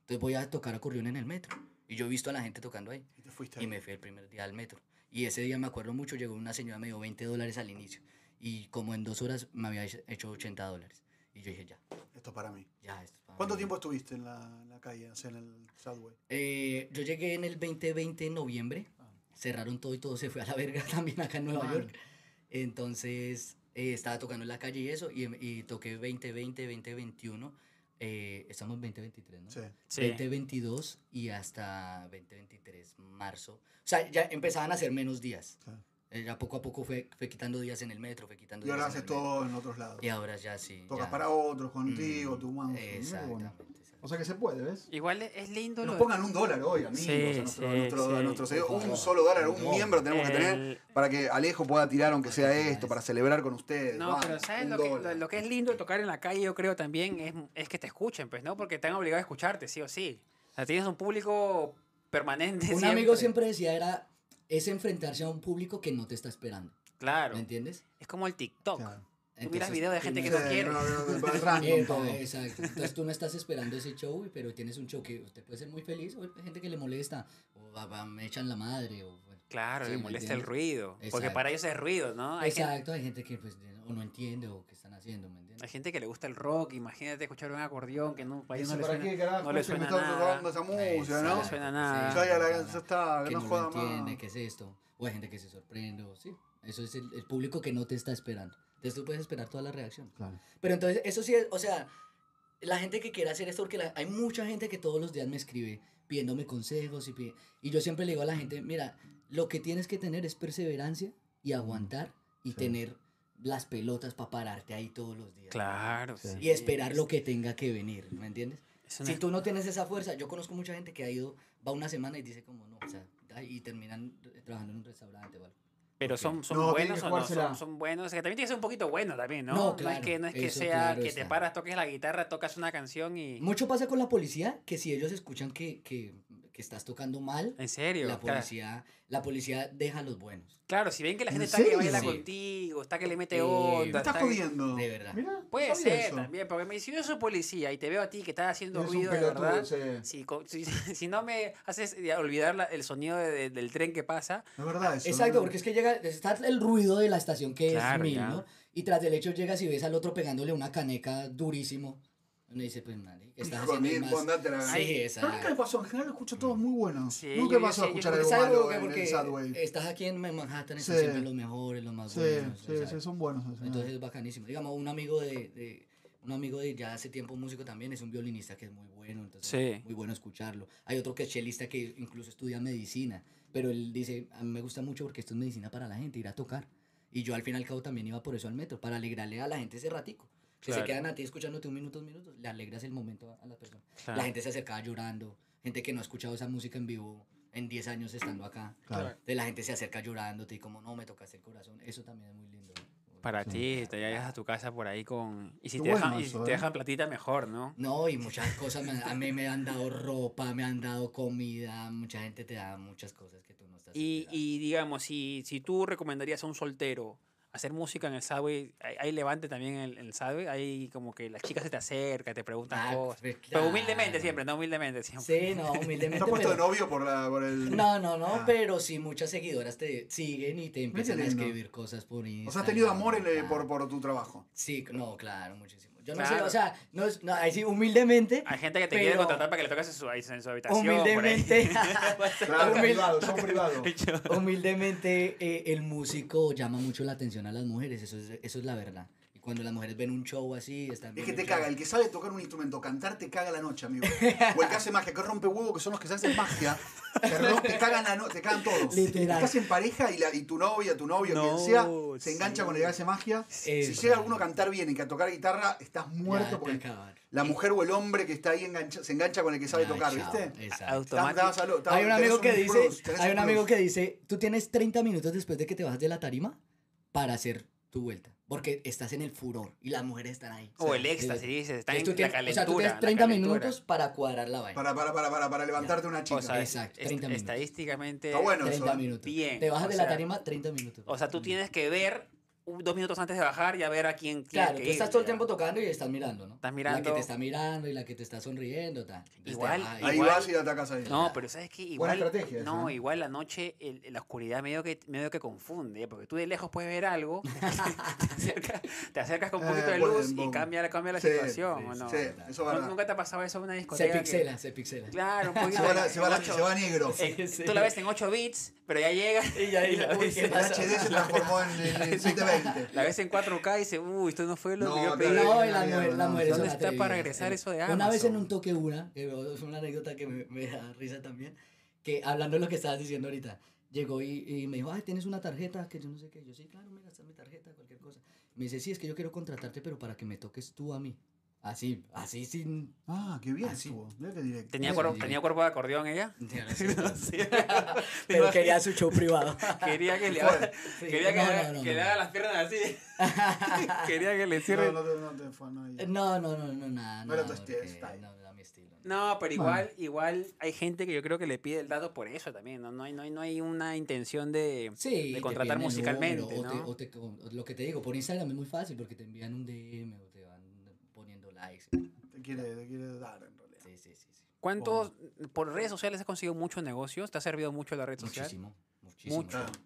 C: Entonces voy a tocar acordeón en el metro. Y yo he visto a la gente tocando ahí.
A: Y te fuiste.
C: Y me fui el primer día al metro. Y ese día me acuerdo mucho, llegó una señora, me dio 20 dólares al inicio. Y como en dos horas me había hecho- hecho 80 dólares. Y yo dije, ya,
A: Esto es para mí.
C: ya. Esto es para
A: ¿Cuánto
C: mí.
A: tiempo estuviste en la, en la calle, o sea, en el subway?
C: Eh, yo llegué en el 2020, en noviembre.
A: Ah.
C: Cerraron todo y todo se fue a la verga [LAUGHS] también acá en Nueva
A: Claro.
C: York. Entonces eh, estaba tocando en la calle y eso. Y, y toqué 2020, 2021. Eh, estamos en 2023, ¿no?
A: Sí.
C: 2022 y hasta 2023, marzo. O sea, ya empezaban a hacer menos días.
A: sí.
C: Eh, Ya poco a poco fue, fue quitando días en el metro, fue quitando
A: Y ahora
C: días. en
A: haces
C: el metro.
A: todo en otros lados.
C: Y ahora ya sí.
A: Tocas
C: ya.
A: para otros, contigo,
C: Mm,
A: tu mano.
C: Exactamente.
A: O
B: [LAUGHS]
A: sea que se puede, ¿ves?
B: Igual e, es lindo
A: Nos
B: lo-
A: pongan un dólar hoy, amigos,
B: Sí,
A: a, nuestro- a
B: sí,
A: nuestro- a
B: sí.
A: nuestros seguidores.
C: Por
A: Un
C: favor.
A: solo dólar, un
C: No.
A: miembro tenemos que tener
B: El-
A: para que Alejo pueda tirar, aunque sea
C: Para que
A: esto,
C: veas.
A: para celebrar con ustedes.
B: No,
C: Ah,
A: Vamos,
B: pero ¿sabes
A: un
B: lo que, lo-
A: dólar.
B: lo que es lindo de tocar en la calle, yo creo también, es, es que te escuchen, pues, ¿no? Porque te han obligado a escucharte, sí o sí. O sea, tienes un público permanente.
C: Un amigo siempre decía era, es enfrentarse a un público que no te está esperando.
B: Claro.
C: ¿Me entiendes?
B: Es como el TikTok.
A: Claro.
B: Tú miras
C: Entonces,
B: videos de gente que no
A: Sí,
B: quiere.
A: no, es random
C: Epa,
A: todo.
C: exacto. Entonces tú no estás esperando ese show, pero tienes un show que te puede ser muy feliz o hay gente que le molesta o va- va- me echan la madre o bueno,
B: Claro,
C: Sí,
B: le
C: ¿me
B: molesta el
C: entiendes?
B: ruido. Porque
C: Exacto.
B: para ellos es ruido, ¿no? Hay, gente,
C: Exacto, hay gente que pues, o no entiende o que están haciendo, ¿me entiendes?
B: hay gente que le gusta el rock. Imagínate escuchar un acordeón que no, para ellos
A: Dice,
B: no le
A: ¿Para
B: suena,
A: qué carajo
B: no le
A: se me
B: suena
A: está
B: nada.
A: robando esa música,
B: No
A: no?
B: le
A: Ya
B: suena nada.
A: ya la ya está, que
C: que
A: no
C: no, lo
A: joda
C: entiende,
A: más.
C: qué es esto. O hay gente que se sorprende, o sí. Eso es el, el público que no te está esperando. Entonces tú puedes esperar toda la reacción.
A: Claro.
C: Pero entonces, eso sí es, o sea, la gente que quiere hacer esto, porque la- hay mucha gente que todos los días me escribe pidiéndome consejos y, pi- y yo siempre le digo a la gente, mira, lo que tienes que tener es perseverancia y aguantar y
A: Sí.
C: tener las pelotas para pararte ahí todos los días.
B: Claro,
A: Sí.
B: sí.
C: Y esperar lo que tenga que venir, ¿me entiendes?
B: Es una-
C: Si tú no tienes esa fuerza, yo conozco mucha gente que ha ido, va una semana y dice como no, o sea, da- y terminan re- trabajando en un restaurante o algo.
B: Pero son, son
A: No, tiene
B: buenos
A: que
B: o no,
A: jugársela.
B: son, son buenos. Que también tiene que ser un poquito bueno también, ¿no?
C: No,
B: no
C: claro,
B: es que, no es que
C: eso
B: sea
C: claro
B: que te
C: está.
B: paras, toques la guitarra, tocas una canción y...
C: Mucho pasa con la policía que si ellos escuchan que, que, que estás tocando mal,
B: En serio.
C: la
B: Claro.
C: policía, la policía deja a los buenos.
B: Claro, si ven que la
A: ¿En
B: gente está que
A: serio?
B: baila
C: Sí.
B: contigo, está que le mete
C: Eh,
A: Me
B: onda.
A: estás
B: está que-
A: jodiendo.
C: De verdad.
A: Mira,
B: Puede
A: sabía
B: ser
A: eso.
B: también, porque me- si yo soy policía y te veo a ti que estás haciendo
A: Eres un
B: ruido de
A: pelotudo,
B: verdad.
A: sí.
B: Si, co- si, [LAUGHS] si no me haces eh, olvidar la- el sonido de- de- del tren que pasa,
A: Es verdad eso.
C: Exacto, porque es que llega, está el ruido de la estación que
B: Claro,
C: es mil,
B: ya.
C: ¿no? Y tras del hecho llegas y ves al otro pegándole una caneca durísimo. Uno dice, pues, madre, estás
A: Hijo
C: haciendo
A: de
C: el
A: mil,
C: más...
A: andate a la-
C: Sí,
A: Pero nunca
C: exacto.
A: le pasó, en general lo escucho todos muy buenos.
B: Sí,
A: nunca
B: yo-
A: le pasó a
B: yo sé, yo-
A: escuchar algo
C: ¿Sabes
A: malo
C: por qué?
A: en el Sadway.
C: Porque estás aquí en Manhattan, están
A: Sí.
C: siempre los mejores, los más
A: Sí,
C: buenos.
A: sí,
C: ¿sabes?
A: sí, son buenos. esos, ¿no?
C: Entonces es bacanísimo. Digamos, un amigo de, de- un amigo de ya hace tiempo músico también es un violinista que es muy bueno, entonces
B: Sí.
C: muy bueno escucharlo. Hay otro que es chelista que incluso estudia medicina, pero él dice, a mí me gusta mucho porque esto es medicina para la gente, ir a tocar. Y yo al fin y al cabo también iba por eso al metro, para alegrarle a la gente ese ratico. Que
B: Claro.
C: se quedan a ti escuchándote un minuto, dos minutos, le alegras el momento a, a la persona.
B: Claro.
C: La gente se acercaba llorando, gente que no ha escuchado esa música en vivo en 10 años estando acá.
A: Claro.
C: De la gente se acerca llorándote y como, no, me tocaste el corazón. Eso también es muy lindo.
B: para
A: Sí.
B: ti, te llegas a tu casa por ahí con... Y si
A: Qué
B: te, dejan,
A: bueno
B: y si
A: eso,
B: te
A: ¿eh?
B: dejan platita, mejor, ¿no?
C: No, y muchas cosas, me- a mí me han dado ropa, me han dado comida, mucha gente te da muchas cosas que tú no estás
B: Y,
C: esperando.
B: y digamos, si, si tú recomendarías a un soltero hacer música en el subway, hay, hay levante también en el, en el subway, hay como que las chicas se te acercan, te preguntan
C: Ah,
B: cosas.
C: pues,
B: Pero humildemente
C: claro.
B: siempre, no humildemente siempre.
C: Sí,
B: [LAUGHS]
C: no, humildemente,
A: ¿Está puesto de
C: pero-
A: novio por, la, por el...?
C: No, no, no,
A: Ah.
C: pero sí muchas seguidoras te siguen y te empiezan a
A: lindo.
C: escribir cosas por Instagram.
A: O sea, has tenido amor en- eh,
C: claro.
A: por, por tu trabajo.
C: Sí, no, claro, muchísimo. Yo no sé,
B: Claro.
C: o sea, no, es- no, ahí sí, humildemente,
B: Hay gente que te quiere
C: Pero-
B: contratar para que le toques en su, en su habitación. por ahí. [LAUGHS] Pues,
C: humildemente,
A: Claro,
C: Humil-
A: privado, son privados.
C: [LAUGHS] humildemente eh, el músico llama mucho la atención a las mujeres, eso es, eso es la verdad. Y cuando las mujeres ven un show así, están
A: Es que
C: viendo
A: te
C: un show.
A: caga, el que sabe tocar un instrumento, cantar, te caga la noche,
C: [LAUGHS]
A: amigo. O el que hace magia, que rompe huevo, que son los que se hacen magia,
C: [LAUGHS]
A: te, ro- te cagan la noche, te cagan todos.
C: Literal.
A: El que hacen pareja y, la- y tu novia, tu novio,
B: No,
A: quien sea, se engancha
B: sí.
A: con el que hace magia. si
C: Exacto.
A: llega alguno a cantar bien y que a tocar guitarra, estás muerto
C: Ya te
A: porque
C: acabaron.
A: la mujer o el hombre que está ahí engancha, se engancha con el que sabe
C: Ya,
A: tocar,
C: chao.
A: ¿viste?
C: Exacto.
A: Estás-
B: Automático.
A: estás al- estás-
C: Hay un
A: tenés
C: amigo que dice,
A: plus, tenés
C: hay un amigo
A: plus.
C: que dice, tú tienes 30 minutos después de que te bajas de la tarima para hacer tu vuelta, porque estás en el furor y las mujeres están ahí.
B: O el
C: Sí,
B: éxtasis,
C: sí.
B: dices, está
C: Entonces
B: en
C: tú
B: la
C: tienes-
B: calentura.
C: o sea, tú
B: la
C: tienes 30
B: calentura.
C: minutos para cuadrar la vaina.
A: Para, para, para, para, para levantarte una chica.
B: O sea,
C: Exacto,
B: est-
C: 30 minutos.
B: estadísticamente...
A: Está bueno.
C: 30
A: eso, ¿eh?
C: minutos.
B: Bien,
C: Te bajas
B: o
C: de
B: sea-
C: la tarima 30 minutos.
B: O sea, tú tienes que ver un- dos minutos antes de bajar ya ver a quién tienes
C: Mm. Claro,
B: que
C: tú estás
B: ir,
C: todo el
B: ya.
C: tiempo tocando y estás mirando, ¿no?
B: Estás
C: La que
B: mirando.
C: te está mirando y la que te está sonriendo, tal. Entonces te
B: Igual,
C: bajas
A: Ahí
B: Igual.
A: vas y atacas ahí.
B: No, pero sabes que
A: Buena
B: igual.
A: estrategia esa,
B: no,
A: ¿eh?
B: igual la noche, el- la oscuridad medio que, medio que confunde, ¿eh? porque tú de lejos puedes ver algo, [LAUGHS] te, acercas, te acercas con un
C: Ah,
A: Eh,
B: poquito de
A: buen-
B: luz y
A: buen-
B: cambia, la- cambia la
A: Sí,
B: situación, ¿o
C: sí,
B: no?
A: Sí, eso es verdad.
B: ¿Nunca te ha pasado eso en una
C: Se
B: discoteca? que-
C: pixela, [LAUGHS] se pixela.
B: Claro, un poquito.
A: Se va,
B: en-
A: la- se va
B: en
A: la-
B: ocho-
A: se va negro.
C: Sí,
B: en-
C: sí.
B: Tú la ves en 8 bits, pero ya llega
C: Y ya
B: [LAUGHS] la
C: dices, "Uy,
B: ves
C: qué
B: en-
A: El HD se transformó en, en,
B: [LAUGHS]
A: en 720.
B: la ves en 4K y dices, uy, esto no fue lo que
A: No,
B: yo
A: no,
B: pedí.
C: No,
A: Ay,
C: y las
A: no,
C: mujeres-
A: no,
C: las
A: no.
C: mujeres son
B: ¿Dónde está para
C: atrevidas,
B: regresar
C: sí.
B: eso de
C: Una vez en
B: Amazon?
C: un toque una, que es una anécdota que me, me da risa también, que hablando de lo que estabas diciendo ahorita, llegó y, y me dijo, ay, tienes una tarjeta, que yo no sé qué. Yo, sí, claro, mira, está mi tarjeta, cualquier cosa. Me dice, sí, es que yo quiero contratarte, pero para que me toques tú a mí. Así, así sin... [LAUGHS]
A: Ah, qué bien
C: Así.
A: estuvo. Mira qué directo.
B: ¿Tenía,
C: Sí,
B: cuerpo,
C: sí.
B: ¿Tenía cuerpo de acordeón ella? [LAUGHS] Sí.
C: [LAUGHS] pero quería su show privado.
B: Quería que le
A: Fue.
B: haga, [LAUGHS]
C: Sí,
B: quería que,
C: [LAUGHS] no,
B: le haga-
C: no, no,
B: que le
C: no.
B: haga las piernas así.
C: [LAUGHS]
B: quería que Eh, le cierre.
A: No, no, te- no te fue, no, ya.
C: No, no, no, no, nada.
A: No era
C: nada,
A: tu estilo,
C: porque
A: style.
C: No, era mi estilo.
B: No, pero igual, igual hay gente que yo creo que le pide el dato por eso también. No, no, hay, no, hay, no hay una intención de,
C: Sí,
B: de
C: te
B: contratar
C: piden el
B: musicalmente,
C: número,
B: ¿no?
C: o te- o te- o lo que te digo, por Instagram es muy fácil porque te envían un DM o te van poniendo likes.
A: Te quiere, te quiere dar en realidad.
C: Sí, sí, sí. sí.
B: ¿Cuántos por redes sociales has conseguido muchos negocios? ¿Te ha servido mucho la red social?
C: Muchísimo, muchísimo. muchísimo.
B: Mucho.
A: Ah.
C: show.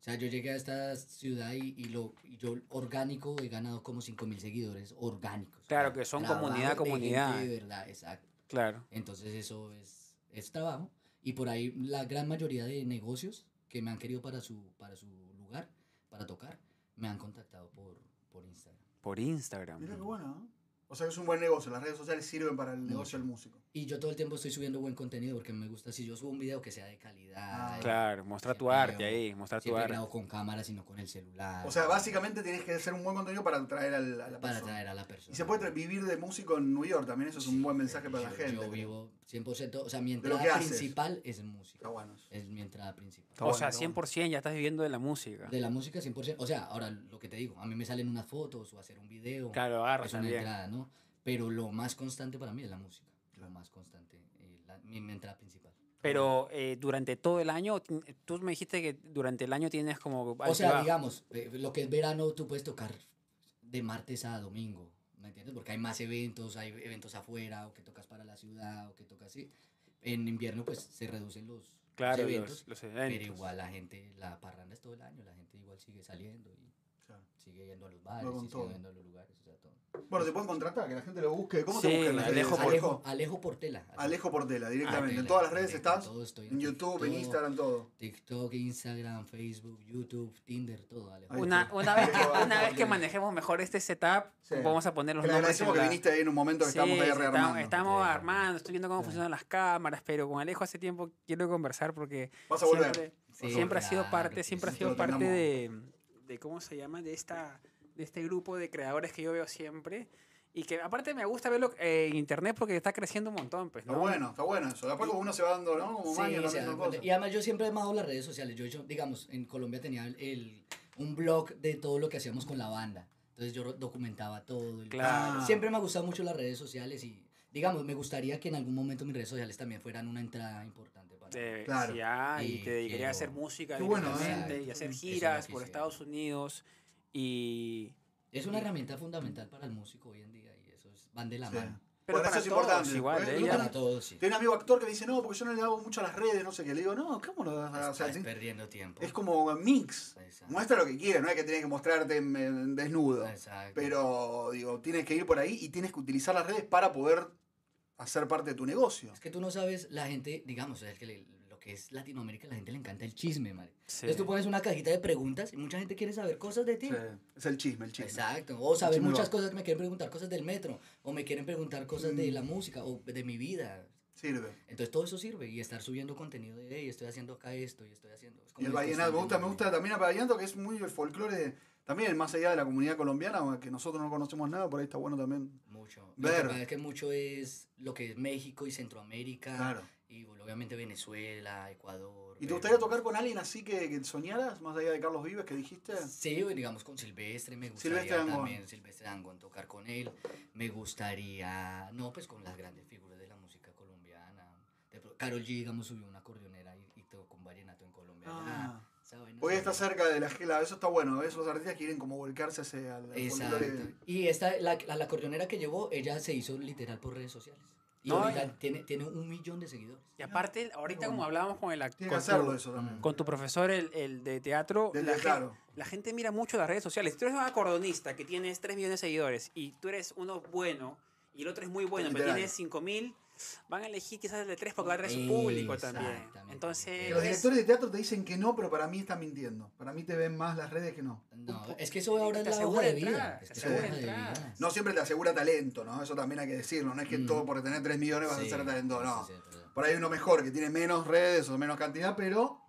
C: O sea, yo llegué a esta ciudad y, y lo, y yo orgánico he ganado como 5 mil seguidores orgánicos.
B: Claro, que son
C: Trabajo
B: comunidad a
C: de gente
B: comunidad.
C: De verdad, exacto.
B: Claro.
C: Entonces eso es, es trabajo. Y por ahí la gran mayoría de negocios que me han querido para su, para su lugar, para tocar, me han contactado por, por Instagram.
B: Por Instagram.
A: Mira qué bueno, ¿no? O sea que es un buen negocio. Las redes sociales sirven para el negocio del músico.
C: Y yo todo el tiempo estoy subiendo buen contenido porque me gusta, si yo subo un video que sea de calidad.
A: Ah,
C: eh,
B: Claro, mostrar tu
C: Siempre
B: arte
C: grabo.
B: ahí, mostrar tu
C: Siempre
B: arte.
C: grabo con cámara, sino con el
B: Ah,
C: celular.
A: O sea, básicamente tienes que hacer un buen contenido para atraer al- a la
C: Para
A: persona.
C: atraer a la persona.
A: Y se puede tra- vivir de músico en New York también. Eso es un buen mensaje para la
C: Yo-
A: gente.
C: Yo
A: creo.
C: vivo 100%, o sea,
A: De
C: mi
A: lo que
C: entrada
A: haces.
C: principal es
A: Está
C: música.
A: bueno. eso.
C: Es mi entrada principal.
A: Está
B: O
A: bueno,
B: sea,
A: está bueno.
B: 100% ya estás viviendo de la música.
C: De la música 100%. O sea, ahora lo que te digo, a mí me salen unas fotos o hacer un video.
B: Claro, agarras
C: es una
B: también.
C: entrada, ¿no? Pero lo más constante para mí es la música. Lo más constante. eh, la- mi, mi entrada principal.
B: Pero eh, durante todo el año, ti- tú me dijiste que durante el año tienes como...
C: O sea,
B: altibajo.
C: digamos, eh, lo que es verano, tú puedes tocar de martes a domingo. ¿Me entiendes? Porque hay más eventos, hay eventos afuera, o que tocas para la ciudad, o que tocas así. En invierno, pues se reducen los, los
B: Claro,
C: eventos.
B: los, los
C: pero
B: eventos.
C: igual la gente, la parranda es todo el año, la gente igual sigue saliendo y
A: Claro.
C: sigue yendo a los bares,
A: con
C: y
A: todo.
C: sigue yendo a los lugares, o sea, todo.
A: Bueno, te pueden contratar, que la gente lo busque. ¿Cómo
B: Sí,
A: te buscan? las redes?
B: Alejo Portela.
C: Alejo, Alejo Portela. así.
A: Alejo Portela, directamente.
C: Portela,
A: en todas las redes
C: directo,
A: estás.
C: todo estoy
A: En YouTube, en
C: todo.
A: Instagram, todo.
C: TikTok, Instagram, Facebook, YouTube, Tinder, todo. Alejo.
A: Ahí
B: Una,
A: está.
B: una, vez
C: [LAUGHS]
A: Ahí
B: que,
A: está.
B: una vez que manejemos mejor este setup,
A: Sí.
B: vamos a poner los
A: Le
B: nombres. en
A: agradecemos que
B: la-
A: viniste ahí en un momento que
B: Sí,
A: estábamos ahí
B: sí, estamos-
A: rearmando.
B: estamos
C: Sí.
B: armando, estoy viendo cómo
C: Sí.
B: funcionan las cámaras, pero con Alejo hace tiempo quiero conversar porque
A: Vas a volver.
B: siempre,
C: Sí,
B: siempre ha sido
C: claro
B: parte,
C: que
B: siempre ha
C: sí.
B: sido
A: Lo
B: parte
A: tengamos.
B: de, de cómo se llama, de esta, de este grupo de creadores que yo veo siempre. Y que aparte me gusta verlo eh, en internet porque está creciendo un montón, pues,
A: Está
B: ¿no?
A: bueno, está bueno eso. De a poco uno se va dando, ¿no? Como
C: Sí,
A: maña,
C: o sea,
A: también, cosas.
C: y además yo siempre he amado las redes sociales. Yo, yo, digamos, en Colombia tenía el, el- un blog de todo lo que hacíamos con la banda. Entonces yo documentaba todo. el-
B: Claro.
A: Ah.
C: Siempre me ha gustado mucho las redes sociales y, digamos, me gustaría que en algún momento mis redes sociales también fueran una entrada importante para
B: Te-
A: Claro.
B: sí, ah, y
C: Y
B: te dedicaría a
C: quiero-
B: hacer música
A: Qué bueno, ¿eh?
B: directamente y hacer
C: Eso es lo
B: giras
C: que
B: por
C: quisiera.
B: Estados Unidos y
C: Es una herramienta fundamental para el músico hoy en día y eso es, van de la
A: Sí.
C: mano.
B: Pero
A: Bueno,
B: para
A: eso es
B: todos
A: importante.
B: igual,
A: Porque
B: ¿eh?
A: yo
B: Ya.
C: Para
A: tengo-
C: todos, sí.
A: Tengo un amigo actor que dice, no, porque yo no le hago mucho a las redes, no sé qué. Le digo, no, ¿cómo no? O sea,
C: Estás
A: sí,
C: perdiendo tiempo.
A: es como mix.
C: Exacto.
A: Muestra lo que quieres, no es que tienes que mostrarte en- en desnudo.
C: Exacto.
A: Pero, digo, tienes que ir por ahí y tienes que utilizar las redes para poder hacer parte de tu negocio.
C: Es que tú no sabes, la gente, digamos, es que le- lo que es Latinoamérica, la gente le encanta el chisme, madre.
B: Sí.
C: Entonces tú pones una cajita de preguntas y mucha gente quiere saber cosas de ti.
A: Es el chisme, el chisme.
C: Exacto. O saber
A: chisme
C: muchas
A: va.
C: cosas que me quieren preguntar, cosas del metro, o me quieren preguntar cosas de
A: Mm.
C: la música, o de mi vida.
A: Sirve.
C: Entonces todo eso sirve y estar subiendo contenido de, hey, estoy haciendo acá esto y estoy haciendo. es como
A: Y el
C: ir
A: vallenato, me gusta, me
C: construyendo.
A: gusta también el vallenato, que es muy el folclore, también más allá de la comunidad colombiana, que nosotros no conocemos nada, por ahí está bueno también.
C: Mucho.
A: Ver.
C: Lo que pasa es que mucho es lo que es México y Centroamérica. Y bueno, obviamente Venezuela, Ecuador.
A: ¿Y te
C: Perú.
A: gustaría tocar con alguien así que, que soñaras, más allá de Carlos Vives, que dijiste?
C: Sí, o digamos con Silvestre, me gustaría
A: Silvestre Dangond.
C: también Silvestre Dangond tocar con él. Me gustaría, no, pues con las grandes figuras de la música colombiana. De pro- Karol G, digamos, subió una acordeonera y, y tocó un vallenato en Colombia.
A: Ah.
C: Ah, esa vaina
A: Hoy
C: es
A: está
C: buena.
A: cerca de la gela, eso está bueno, esos artistas quieren como volcarse hacia el folclore.
C: Exacto. Y esta, la, la, la acordeonera que llevó, ella se hizo literal por redes sociales. Y
B: No,
C: ahorita
A: eh.
C: tiene, tiene un millón de seguidores.
B: Y aparte, ahorita como hablábamos con el
A: Tiene que
B: actor,
A: hacerlo eso
C: Mm.
A: también.
B: con tu profesor, el, el de teatro,
A: Del
B: la,
A: de-
B: gen-
A: claro.
B: la gente mira mucho las redes sociales. Si tú eres un acordonista que tienes 3 millones de seguidores y tú eres uno bueno y el otro es muy bueno, pero
A: Literal.
B: tienes 5 mil, van a elegir quizás el de 3 porque va a traer su
C: Exactamente.
B: público también. Entonces,
A: Que los
C: Eh, es-
A: directores de teatro te dicen que no, pero para mí están mintiendo. Para mí te ven más las redes que no.
C: No, es que eso ahora es
B: Te
C: la hoja
B: asegura
C: de
B: entrar,
C: vida.
B: te
C: Es que es la hoja
A: asegura
C: de
B: entrar.
C: vida.
A: No siempre te asegura talento, ¿no? Eso también hay que decirlo. No es que
C: Mm.
A: todo por tener 3 millones vas a
C: Sí,
A: ser talentoso,
C: sí,
A: no.
C: sí, es verdad.
A: Por ahí uno mejor, que tiene menos redes o menos cantidad, pero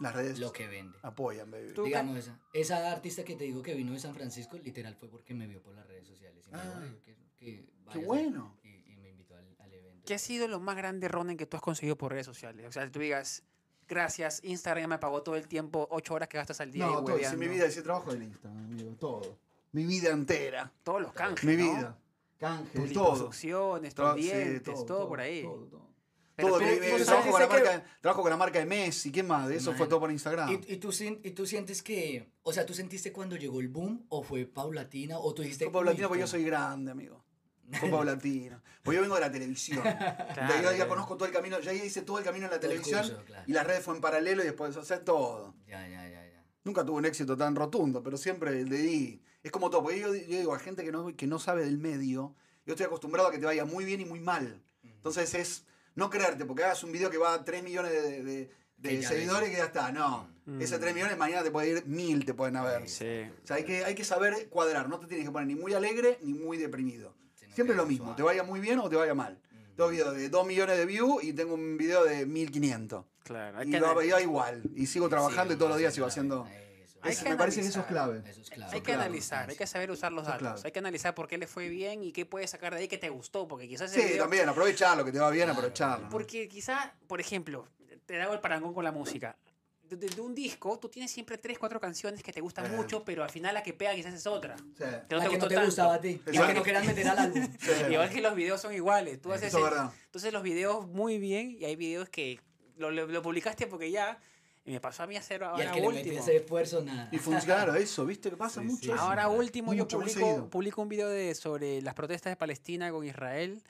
A: las redes
C: Lo que vende.
A: apoyan, baby.
B: Tú-
C: Digamos, esa, esa artista que te digo que vino de San Francisco, literal fue porque me vio por las redes sociales. Y me dijo,
A: Ah.
C: "Ay, que- que
A: ¡Qué
C: vayas a-".
A: bueno!
C: Y, y me invitó al, al evento.
B: ¿qué ha sido lo más grande, Ronen, que tú has conseguido por redes sociales? O sea, tú digas, gracias, Instagram me pagó todo el tiempo, 8 horas que gastas al día.
A: No,
B: y
A: todo. hice mi
B: hueveando".
A: vida, hice trabajo del Instagram, amigo. Todo. Mi vida entera.
B: Todos los canjes.
A: Mi
B: ¿no?
A: vida. Canje,
B: Tus
A: todo.
B: producciones, tus
A: Tra- sí,
B: dientes, todo, por ahí.
A: Todo, todo.
B: Pero
A: Todo,
B: tú-
A: baby.
B: tú sabes,
A: trabajo, con la
B: dice que-
A: marca, trabajo con la marca de Messi, ¿qué más? Eso fue
C: Man.
A: todo por Instagram.
C: ¿Y, y tú, sin- ¿Y tú sientes que, o sea, tú sentiste cuando llegó el boom o fue paulatina pues o tú dijiste...
A: Fue paulatina
C: "Uy,
A: porque yo
C: ¿cómo?".
A: soy grande, amigo. Fue
B: [LAUGHS]
A: paulatino. Pues yo vengo de la televisión.
B: Claro,
A: ya, ya- ya
B: claro.
A: conozco todo el camino. Ya hice todo el camino en la
C: Todo el
A: televisión.
C: curso, claro.
A: Y las redes fue en paralelo y después, o sea, todo.
C: Ya, ya, ya, ya.
A: Nunca tuvo un éxito tan rotundo, pero siempre le di. Es como todo. Porque yo, yo digo, a gente que no, que no sabe del medio, yo estoy acostumbrado a que te vaya muy bien y muy mal. Entonces es no creerte, porque hagas un video que va a 3 millones de, de- de
C: Que ya
A: seguidores
C: ves.
A: y que ya está. No.
B: Mm.
A: Ese 3 millones mañana te puede ir mil, te pueden haber.
C: Sí.
B: Sí.
A: O sea, hay que, hay que saber cuadrar. No te tienes que poner ni muy alegre ni muy deprimido.
C: Si no
A: Siempre
C: queda
A: lo mismo.
C: suave.
A: Te vaya muy bien o te vaya mal.
C: Mm.
A: Tengo videos de 2 millones de views y tengo un video de 1500.
B: Claro. Hay
A: Y
B: que,
A: va,
B: anal-
A: y va igual. Y sigo trabajando
C: Sí,
A: y todos los días
C: sí,
A: sigo
C: claro.
A: haciendo.
C: Eso.
B: Hay
A: Eso-
B: que
A: me parece que eso es
B: analizar.
A: clave.
C: Eso es clave.
B: hay que
A: claro,
B: analizar, hay que saber usar los
A: Eso es
B: datos.
A: clave.
B: Hay que analizar por qué le fue bien y qué puedes sacar de ahí que te gustó. Porque quizás ese
A: Sí,
B: video-
A: también, aprovecharlo, que te va bien,
C: Claro.
A: aprovecharlo. ¿no?
B: Porque quizá, por ejemplo, te hago el parangón con la música. De, de- de un disco, tú tienes siempre tres, cuatro canciones que te gustan
A: Eh.
B: mucho, pero al final la que pega quizás es otra.
A: Sí.
B: Que no
C: La
B: te
C: que
B: gustó
C: no te
B: tanto.
C: gustaba a ti. Y la que
A: Exacto.
C: no querías meter
B: [LAUGHS]
C: al álbum.
A: Sí.
B: Igual que los videos son iguales. Tú
C: Eh,
B: haces
A: Eso es
B: el-
A: verdad.
B: Entonces los videos muy bien y hay videos que lo, lo- lo publicaste porque ya y me pasó a mí hacer
C: Y el
B: ahora
C: que le metió
B: último.
C: ese esfuerzo, nada.
A: Y funcionaron eso, ¿viste? Que pasa
C: Sí,
A: mucho.
C: sí.
A: eso.
B: Ahora
C: Mucho,
B: último yo
A: muy
B: publico,
A: seguido.
B: publico un video de, sobre las protestas de Palestina con Israel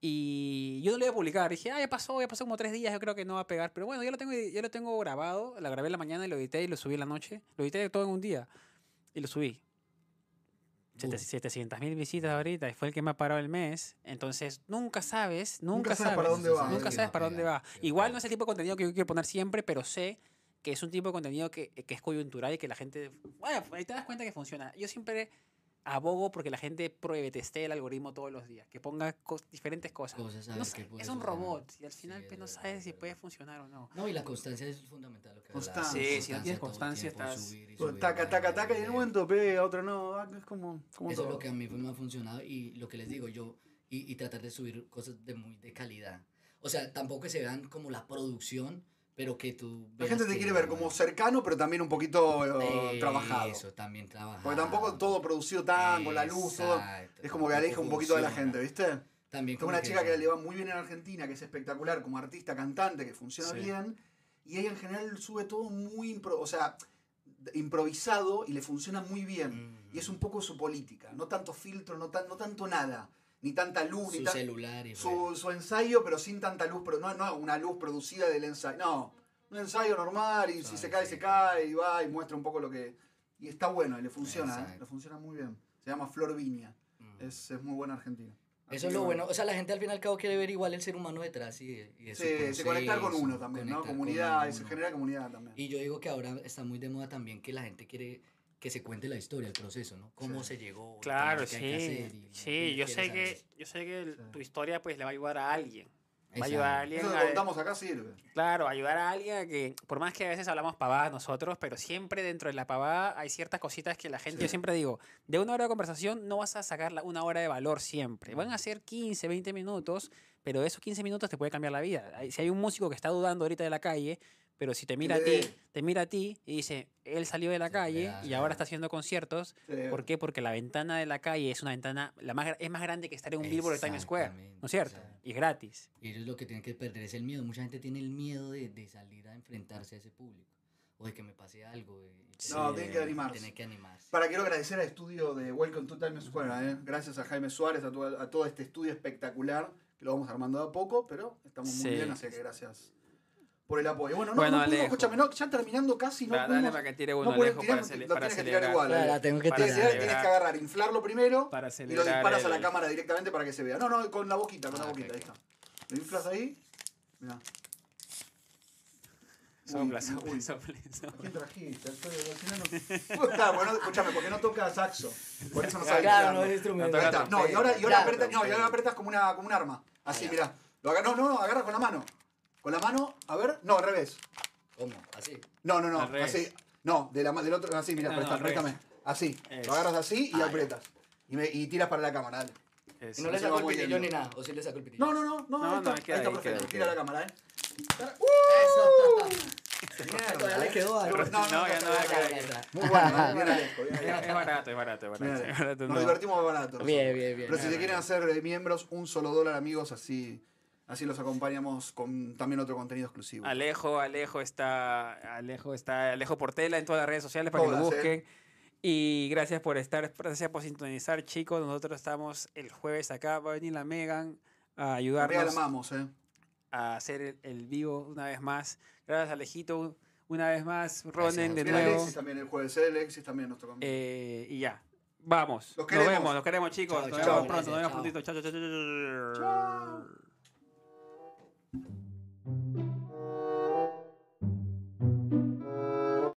B: y yo no lo iba a publicar. Dije, ah, ya pasó, ya pasó como tres días, yo creo que no va a pegar. Pero bueno, ya lo tengo, ya lo tengo grabado, la grabé en la mañana y lo edité y lo subí en la noche. Lo edité todo en un día y lo subí.
C: Boom.
B: 700 mil visitas ahorita y fue el que me ha parado el mes. Entonces, nunca sabes, nunca,
A: Nunca sabes para dónde va.
B: Nunca
A: Sí,
B: sabes
A: va
B: para
C: a
B: dónde
C: pegar,
B: va.
C: sí, va a
B: Igual
C: pegar.
B: no es el tipo de contenido que yo quiero poner siempre, pero sé que es un tipo de contenido que, que es coyuntural y que la gente... Bueno, pues, ahí te das cuenta que funciona. Yo siempre abogo porque la gente pruebe, testee el algoritmo todos los días, que ponga cos- diferentes cosas.
C: Cosas, a
B: No
C: ver
B: sa-
C: qué puede
B: es un
C: funcionar.
B: robot y al
C: Sí,
B: final
C: es
B: pues, no
C: verdad,
B: sabes
C: es
B: si
C: verdad.
B: puede funcionar o no.
C: No, y la constancia es fundamental. Lo que hablabas.
A: Constancia.
B: Sí, si no tienes
C: todo el
B: constancia,
C: tiempo,
B: estás-
C: subir y
A: Pues,
C: subir,
A: taca, taca,
C: bajar,
A: taca, y en un
C: subir.
A: momento pega, otro no. ah, Es como, como
C: Eso es
A: todo.
C: lo que a mí pues, me ha funcionado y lo que les digo yo, y, y tratar de subir cosas de muy de calidad. O sea, tampoco que se vean como la producción, pero que tú...
A: La
C: veas
A: gente te
C: que,
A: quiere ver como cercano, pero también un poquito eh,
C: eh,
A: trabajado.
C: Eso, también trabajado.
A: Porque tampoco todo producido tan, con la luz, todo.
C: Exacto,
A: Es como que aleja
C: tampoco
A: un poquito de la
C: funciona.
A: gente, ¿viste?
C: También
A: Tengo
C: como
A: una chica que
C: eso.
A: le va muy bien en Argentina, que es espectacular como artista, cantante, que funciona
B: Sí.
A: bien. Y ella en general sube todo muy impro- o sea, d- improvisado y le funciona muy bien.
C: Ujú.
A: Y es un poco su política. No tanto filtro, no, tan- no tanto nada. Ni tanta luz,
C: Su
A: ni tan-
C: celular y...
A: su, su ensayo, pero sin tanta luz. Pero no, no una luz producida del ensayo. No, un ensayo normal y si
C: Suave,
A: se cae,
C: sí.
A: se cae y va y muestra un poco lo que... Y está bueno y le funciona, ¿eh?
C: Exacto.
A: le funciona muy bien. Se llama Flor Viña.
C: Ujú.
A: Es, es muy buena argentina.
C: Eso es lo bueno. O sea, la gente al fin y al cabo quiere ver igual el ser humano detrás y, y de su
A: Sí, se conectar con
C: proceso,
A: uno también, ¿no?
C: conectar con
A: Comunidad, y se
C: uno.
A: genera comunidad también.
C: Y yo digo que ahora está muy de moda también que la gente quiere que se cuente la historia, el proceso, ¿no? Cómo
A: Sí.
C: se llegó.
B: Claro,
C: todo lo que hay que
B: sí.
C: hacer y-
B: Sí,
C: y
B: yo
C: quieres
B: sé
C: saber
B: que,
C: eso.
B: yo sé que el-
A: Sí.
B: tu historia pues le va a ayudar a alguien. Va a
C: Exacto.
B: ayudar a alguien.
A: Eso que
B: a-
A: contamos acá sirve.
B: Claro, ayudar a alguien a que, por más que a veces hablamos pavadas nosotros, pero siempre dentro de la pavada hay ciertas cositas que la gente, yo
A: Sí.
B: siempre digo, de una hora de conversación no vas a sacar la- una hora de valor siempre. Van a ser 15, 20 minutos, pero esos 15 minutos te puede cambiar la vida. Hay- Si hay un músico que está dudando ahorita de la calle, pero si te mira a
A: le
B: ti,
A: dé.
B: te mira a ti y dice, él salió de la
C: Sí,
B: calle
C: claro.
B: y ahora está haciendo conciertos,
A: Sí.
B: ¿por qué? Porque la ventana de la calle es una ventana, la más, gra- es más grande que estar en un billboard de Times Square, ¿no
C: Exactamente,
B: es cierto?
C: exacto.
B: Y es gratis.
C: Y ellos lo que tienen que perder es el miedo. Mucha gente tiene el miedo de, de salir a enfrentarse a ese público. O de que me pase algo. de- y
B: Sí.
A: No, tienen que animarse.
C: Tienen que animarse.
A: Para quiero agradecer al estudio de Welcome to Times Square, ¿eh? gracias a Jaime Suárez, a, tu- a todo este estudio espectacular, que lo vamos armando de a poco, pero estamos muy
B: Sí.
A: bien, así que gracias por el apoyo. Bueno, no,
B: Bueno,
A: no pudimos,
B: Alejo.
A: escúchame, no, ya terminando casi, no pudimos-
B: que tire
A: uno, pudimos Alejo, tirar, para cele- lo para tienes que tirar celebrar. igual, Para-
C: Claro, tengo que
A: Tienes-
C: tirar.
A: tienes que agarrar, inflarlo primero
B: Para
A: y lo
B: celebrar
A: disparas a la
B: el-
A: cámara directamente para que se vea. No, no, con la boquita, con la
C: Ah,
A: boquita, ahí está.
C: perfecto.
A: Lo inflas ahí, mirá.
B: Sopla,
A: ¿eh? Uy, uy.
B: sopla, [LAUGHS] sopla,
A: ¿A
B: sopla.
A: ¿Quién trajiste? Al final no- [LAUGHS] Puta, bueno, escúchame, porque no toca saxo. Por eso no sabe
C: Claro,
A: tocarlo.
C: no es
B: No
C: instrumento.
A: Ahí está. No, y ahora, y ahora
C: Ya.
A: apretas, no, y ahora apretas como, una, como un arma. Así,
C: Ya.
A: mirá. Lo agar- no, no, no, agarras con la mano. Con la mano, a ver. No, al revés.
C: ¿Cómo? Así.
A: No, no, no.
B: Al revés.
A: Así. No, de la, ma- del otro. Así, mirá,
B: No,
A: presta,
B: no, al revés.
A: préstame. Así.
B: Eso.
A: Lo agarras así y apretas. Y, me- y tiras para la cámara, dale.
C: Y no
A: Sí,
C: le
A: se va
C: saco el
A: moviendo.
C: pitillo ni nada. O si le saco el pitillo.
A: No, no, no, no.
B: No,
A: ahí
B: no,
A: está,
B: queda
A: ahí está
B: ahí,
A: perfecto. Tira
B: queda, queda.
A: la cámara, eh.
C: [LAUGHS]
A: Mierda,
C: Todavía le
A: eh.
C: quedó algo.
A: No, no, no,
B: No, ya
A: está
B: no va a
A: bien,
B: quedar.
A: está bien. Muy bueno, bien Alejo, bien
B: Es
A: Alejo.
B: es barato, es barato, es barato.
A: Mira,
B: es barato,
A: nos
B: no.
A: divertimos barato.
C: Bien,
A: nosotros.
C: bien, bien.
A: Pero si
B: nada,
A: se quieren hacer eh, miembros, un solo dólar, amigos, así, así los acompañamos con también otro contenido exclusivo.
B: Alejo, Alejo está, Alejo está, Alejo Portela en todas las redes sociales para que lo
A: Todas, ¿eh?
B: busquen. Y gracias por estar, gracias por sintonizar, chicos. Nosotros estamos el jueves acá. Va a venir la Megan a
A: Real
B: ayudarnos
A: amamos, ¿eh?
B: a hacer el, el vivo una vez más. Gracias, Alejito, una vez más.
C: Gracias.
B: Ronen, de
A: El
C: Mira,
B: nuevo.
A: Alexis también el jueves. El Alexis también nuestro compañero.
B: Eh, y ya. Vamos.
A: Los
B: nos
A: queremos.
B: vemos, los queremos, chicos.
C: Chao,
B: nos
A: chao.
B: vemos pronto, nos vemos
C: Gracias,
B: prontito. Chao, chao, chao, chao, chao.
A: Chao.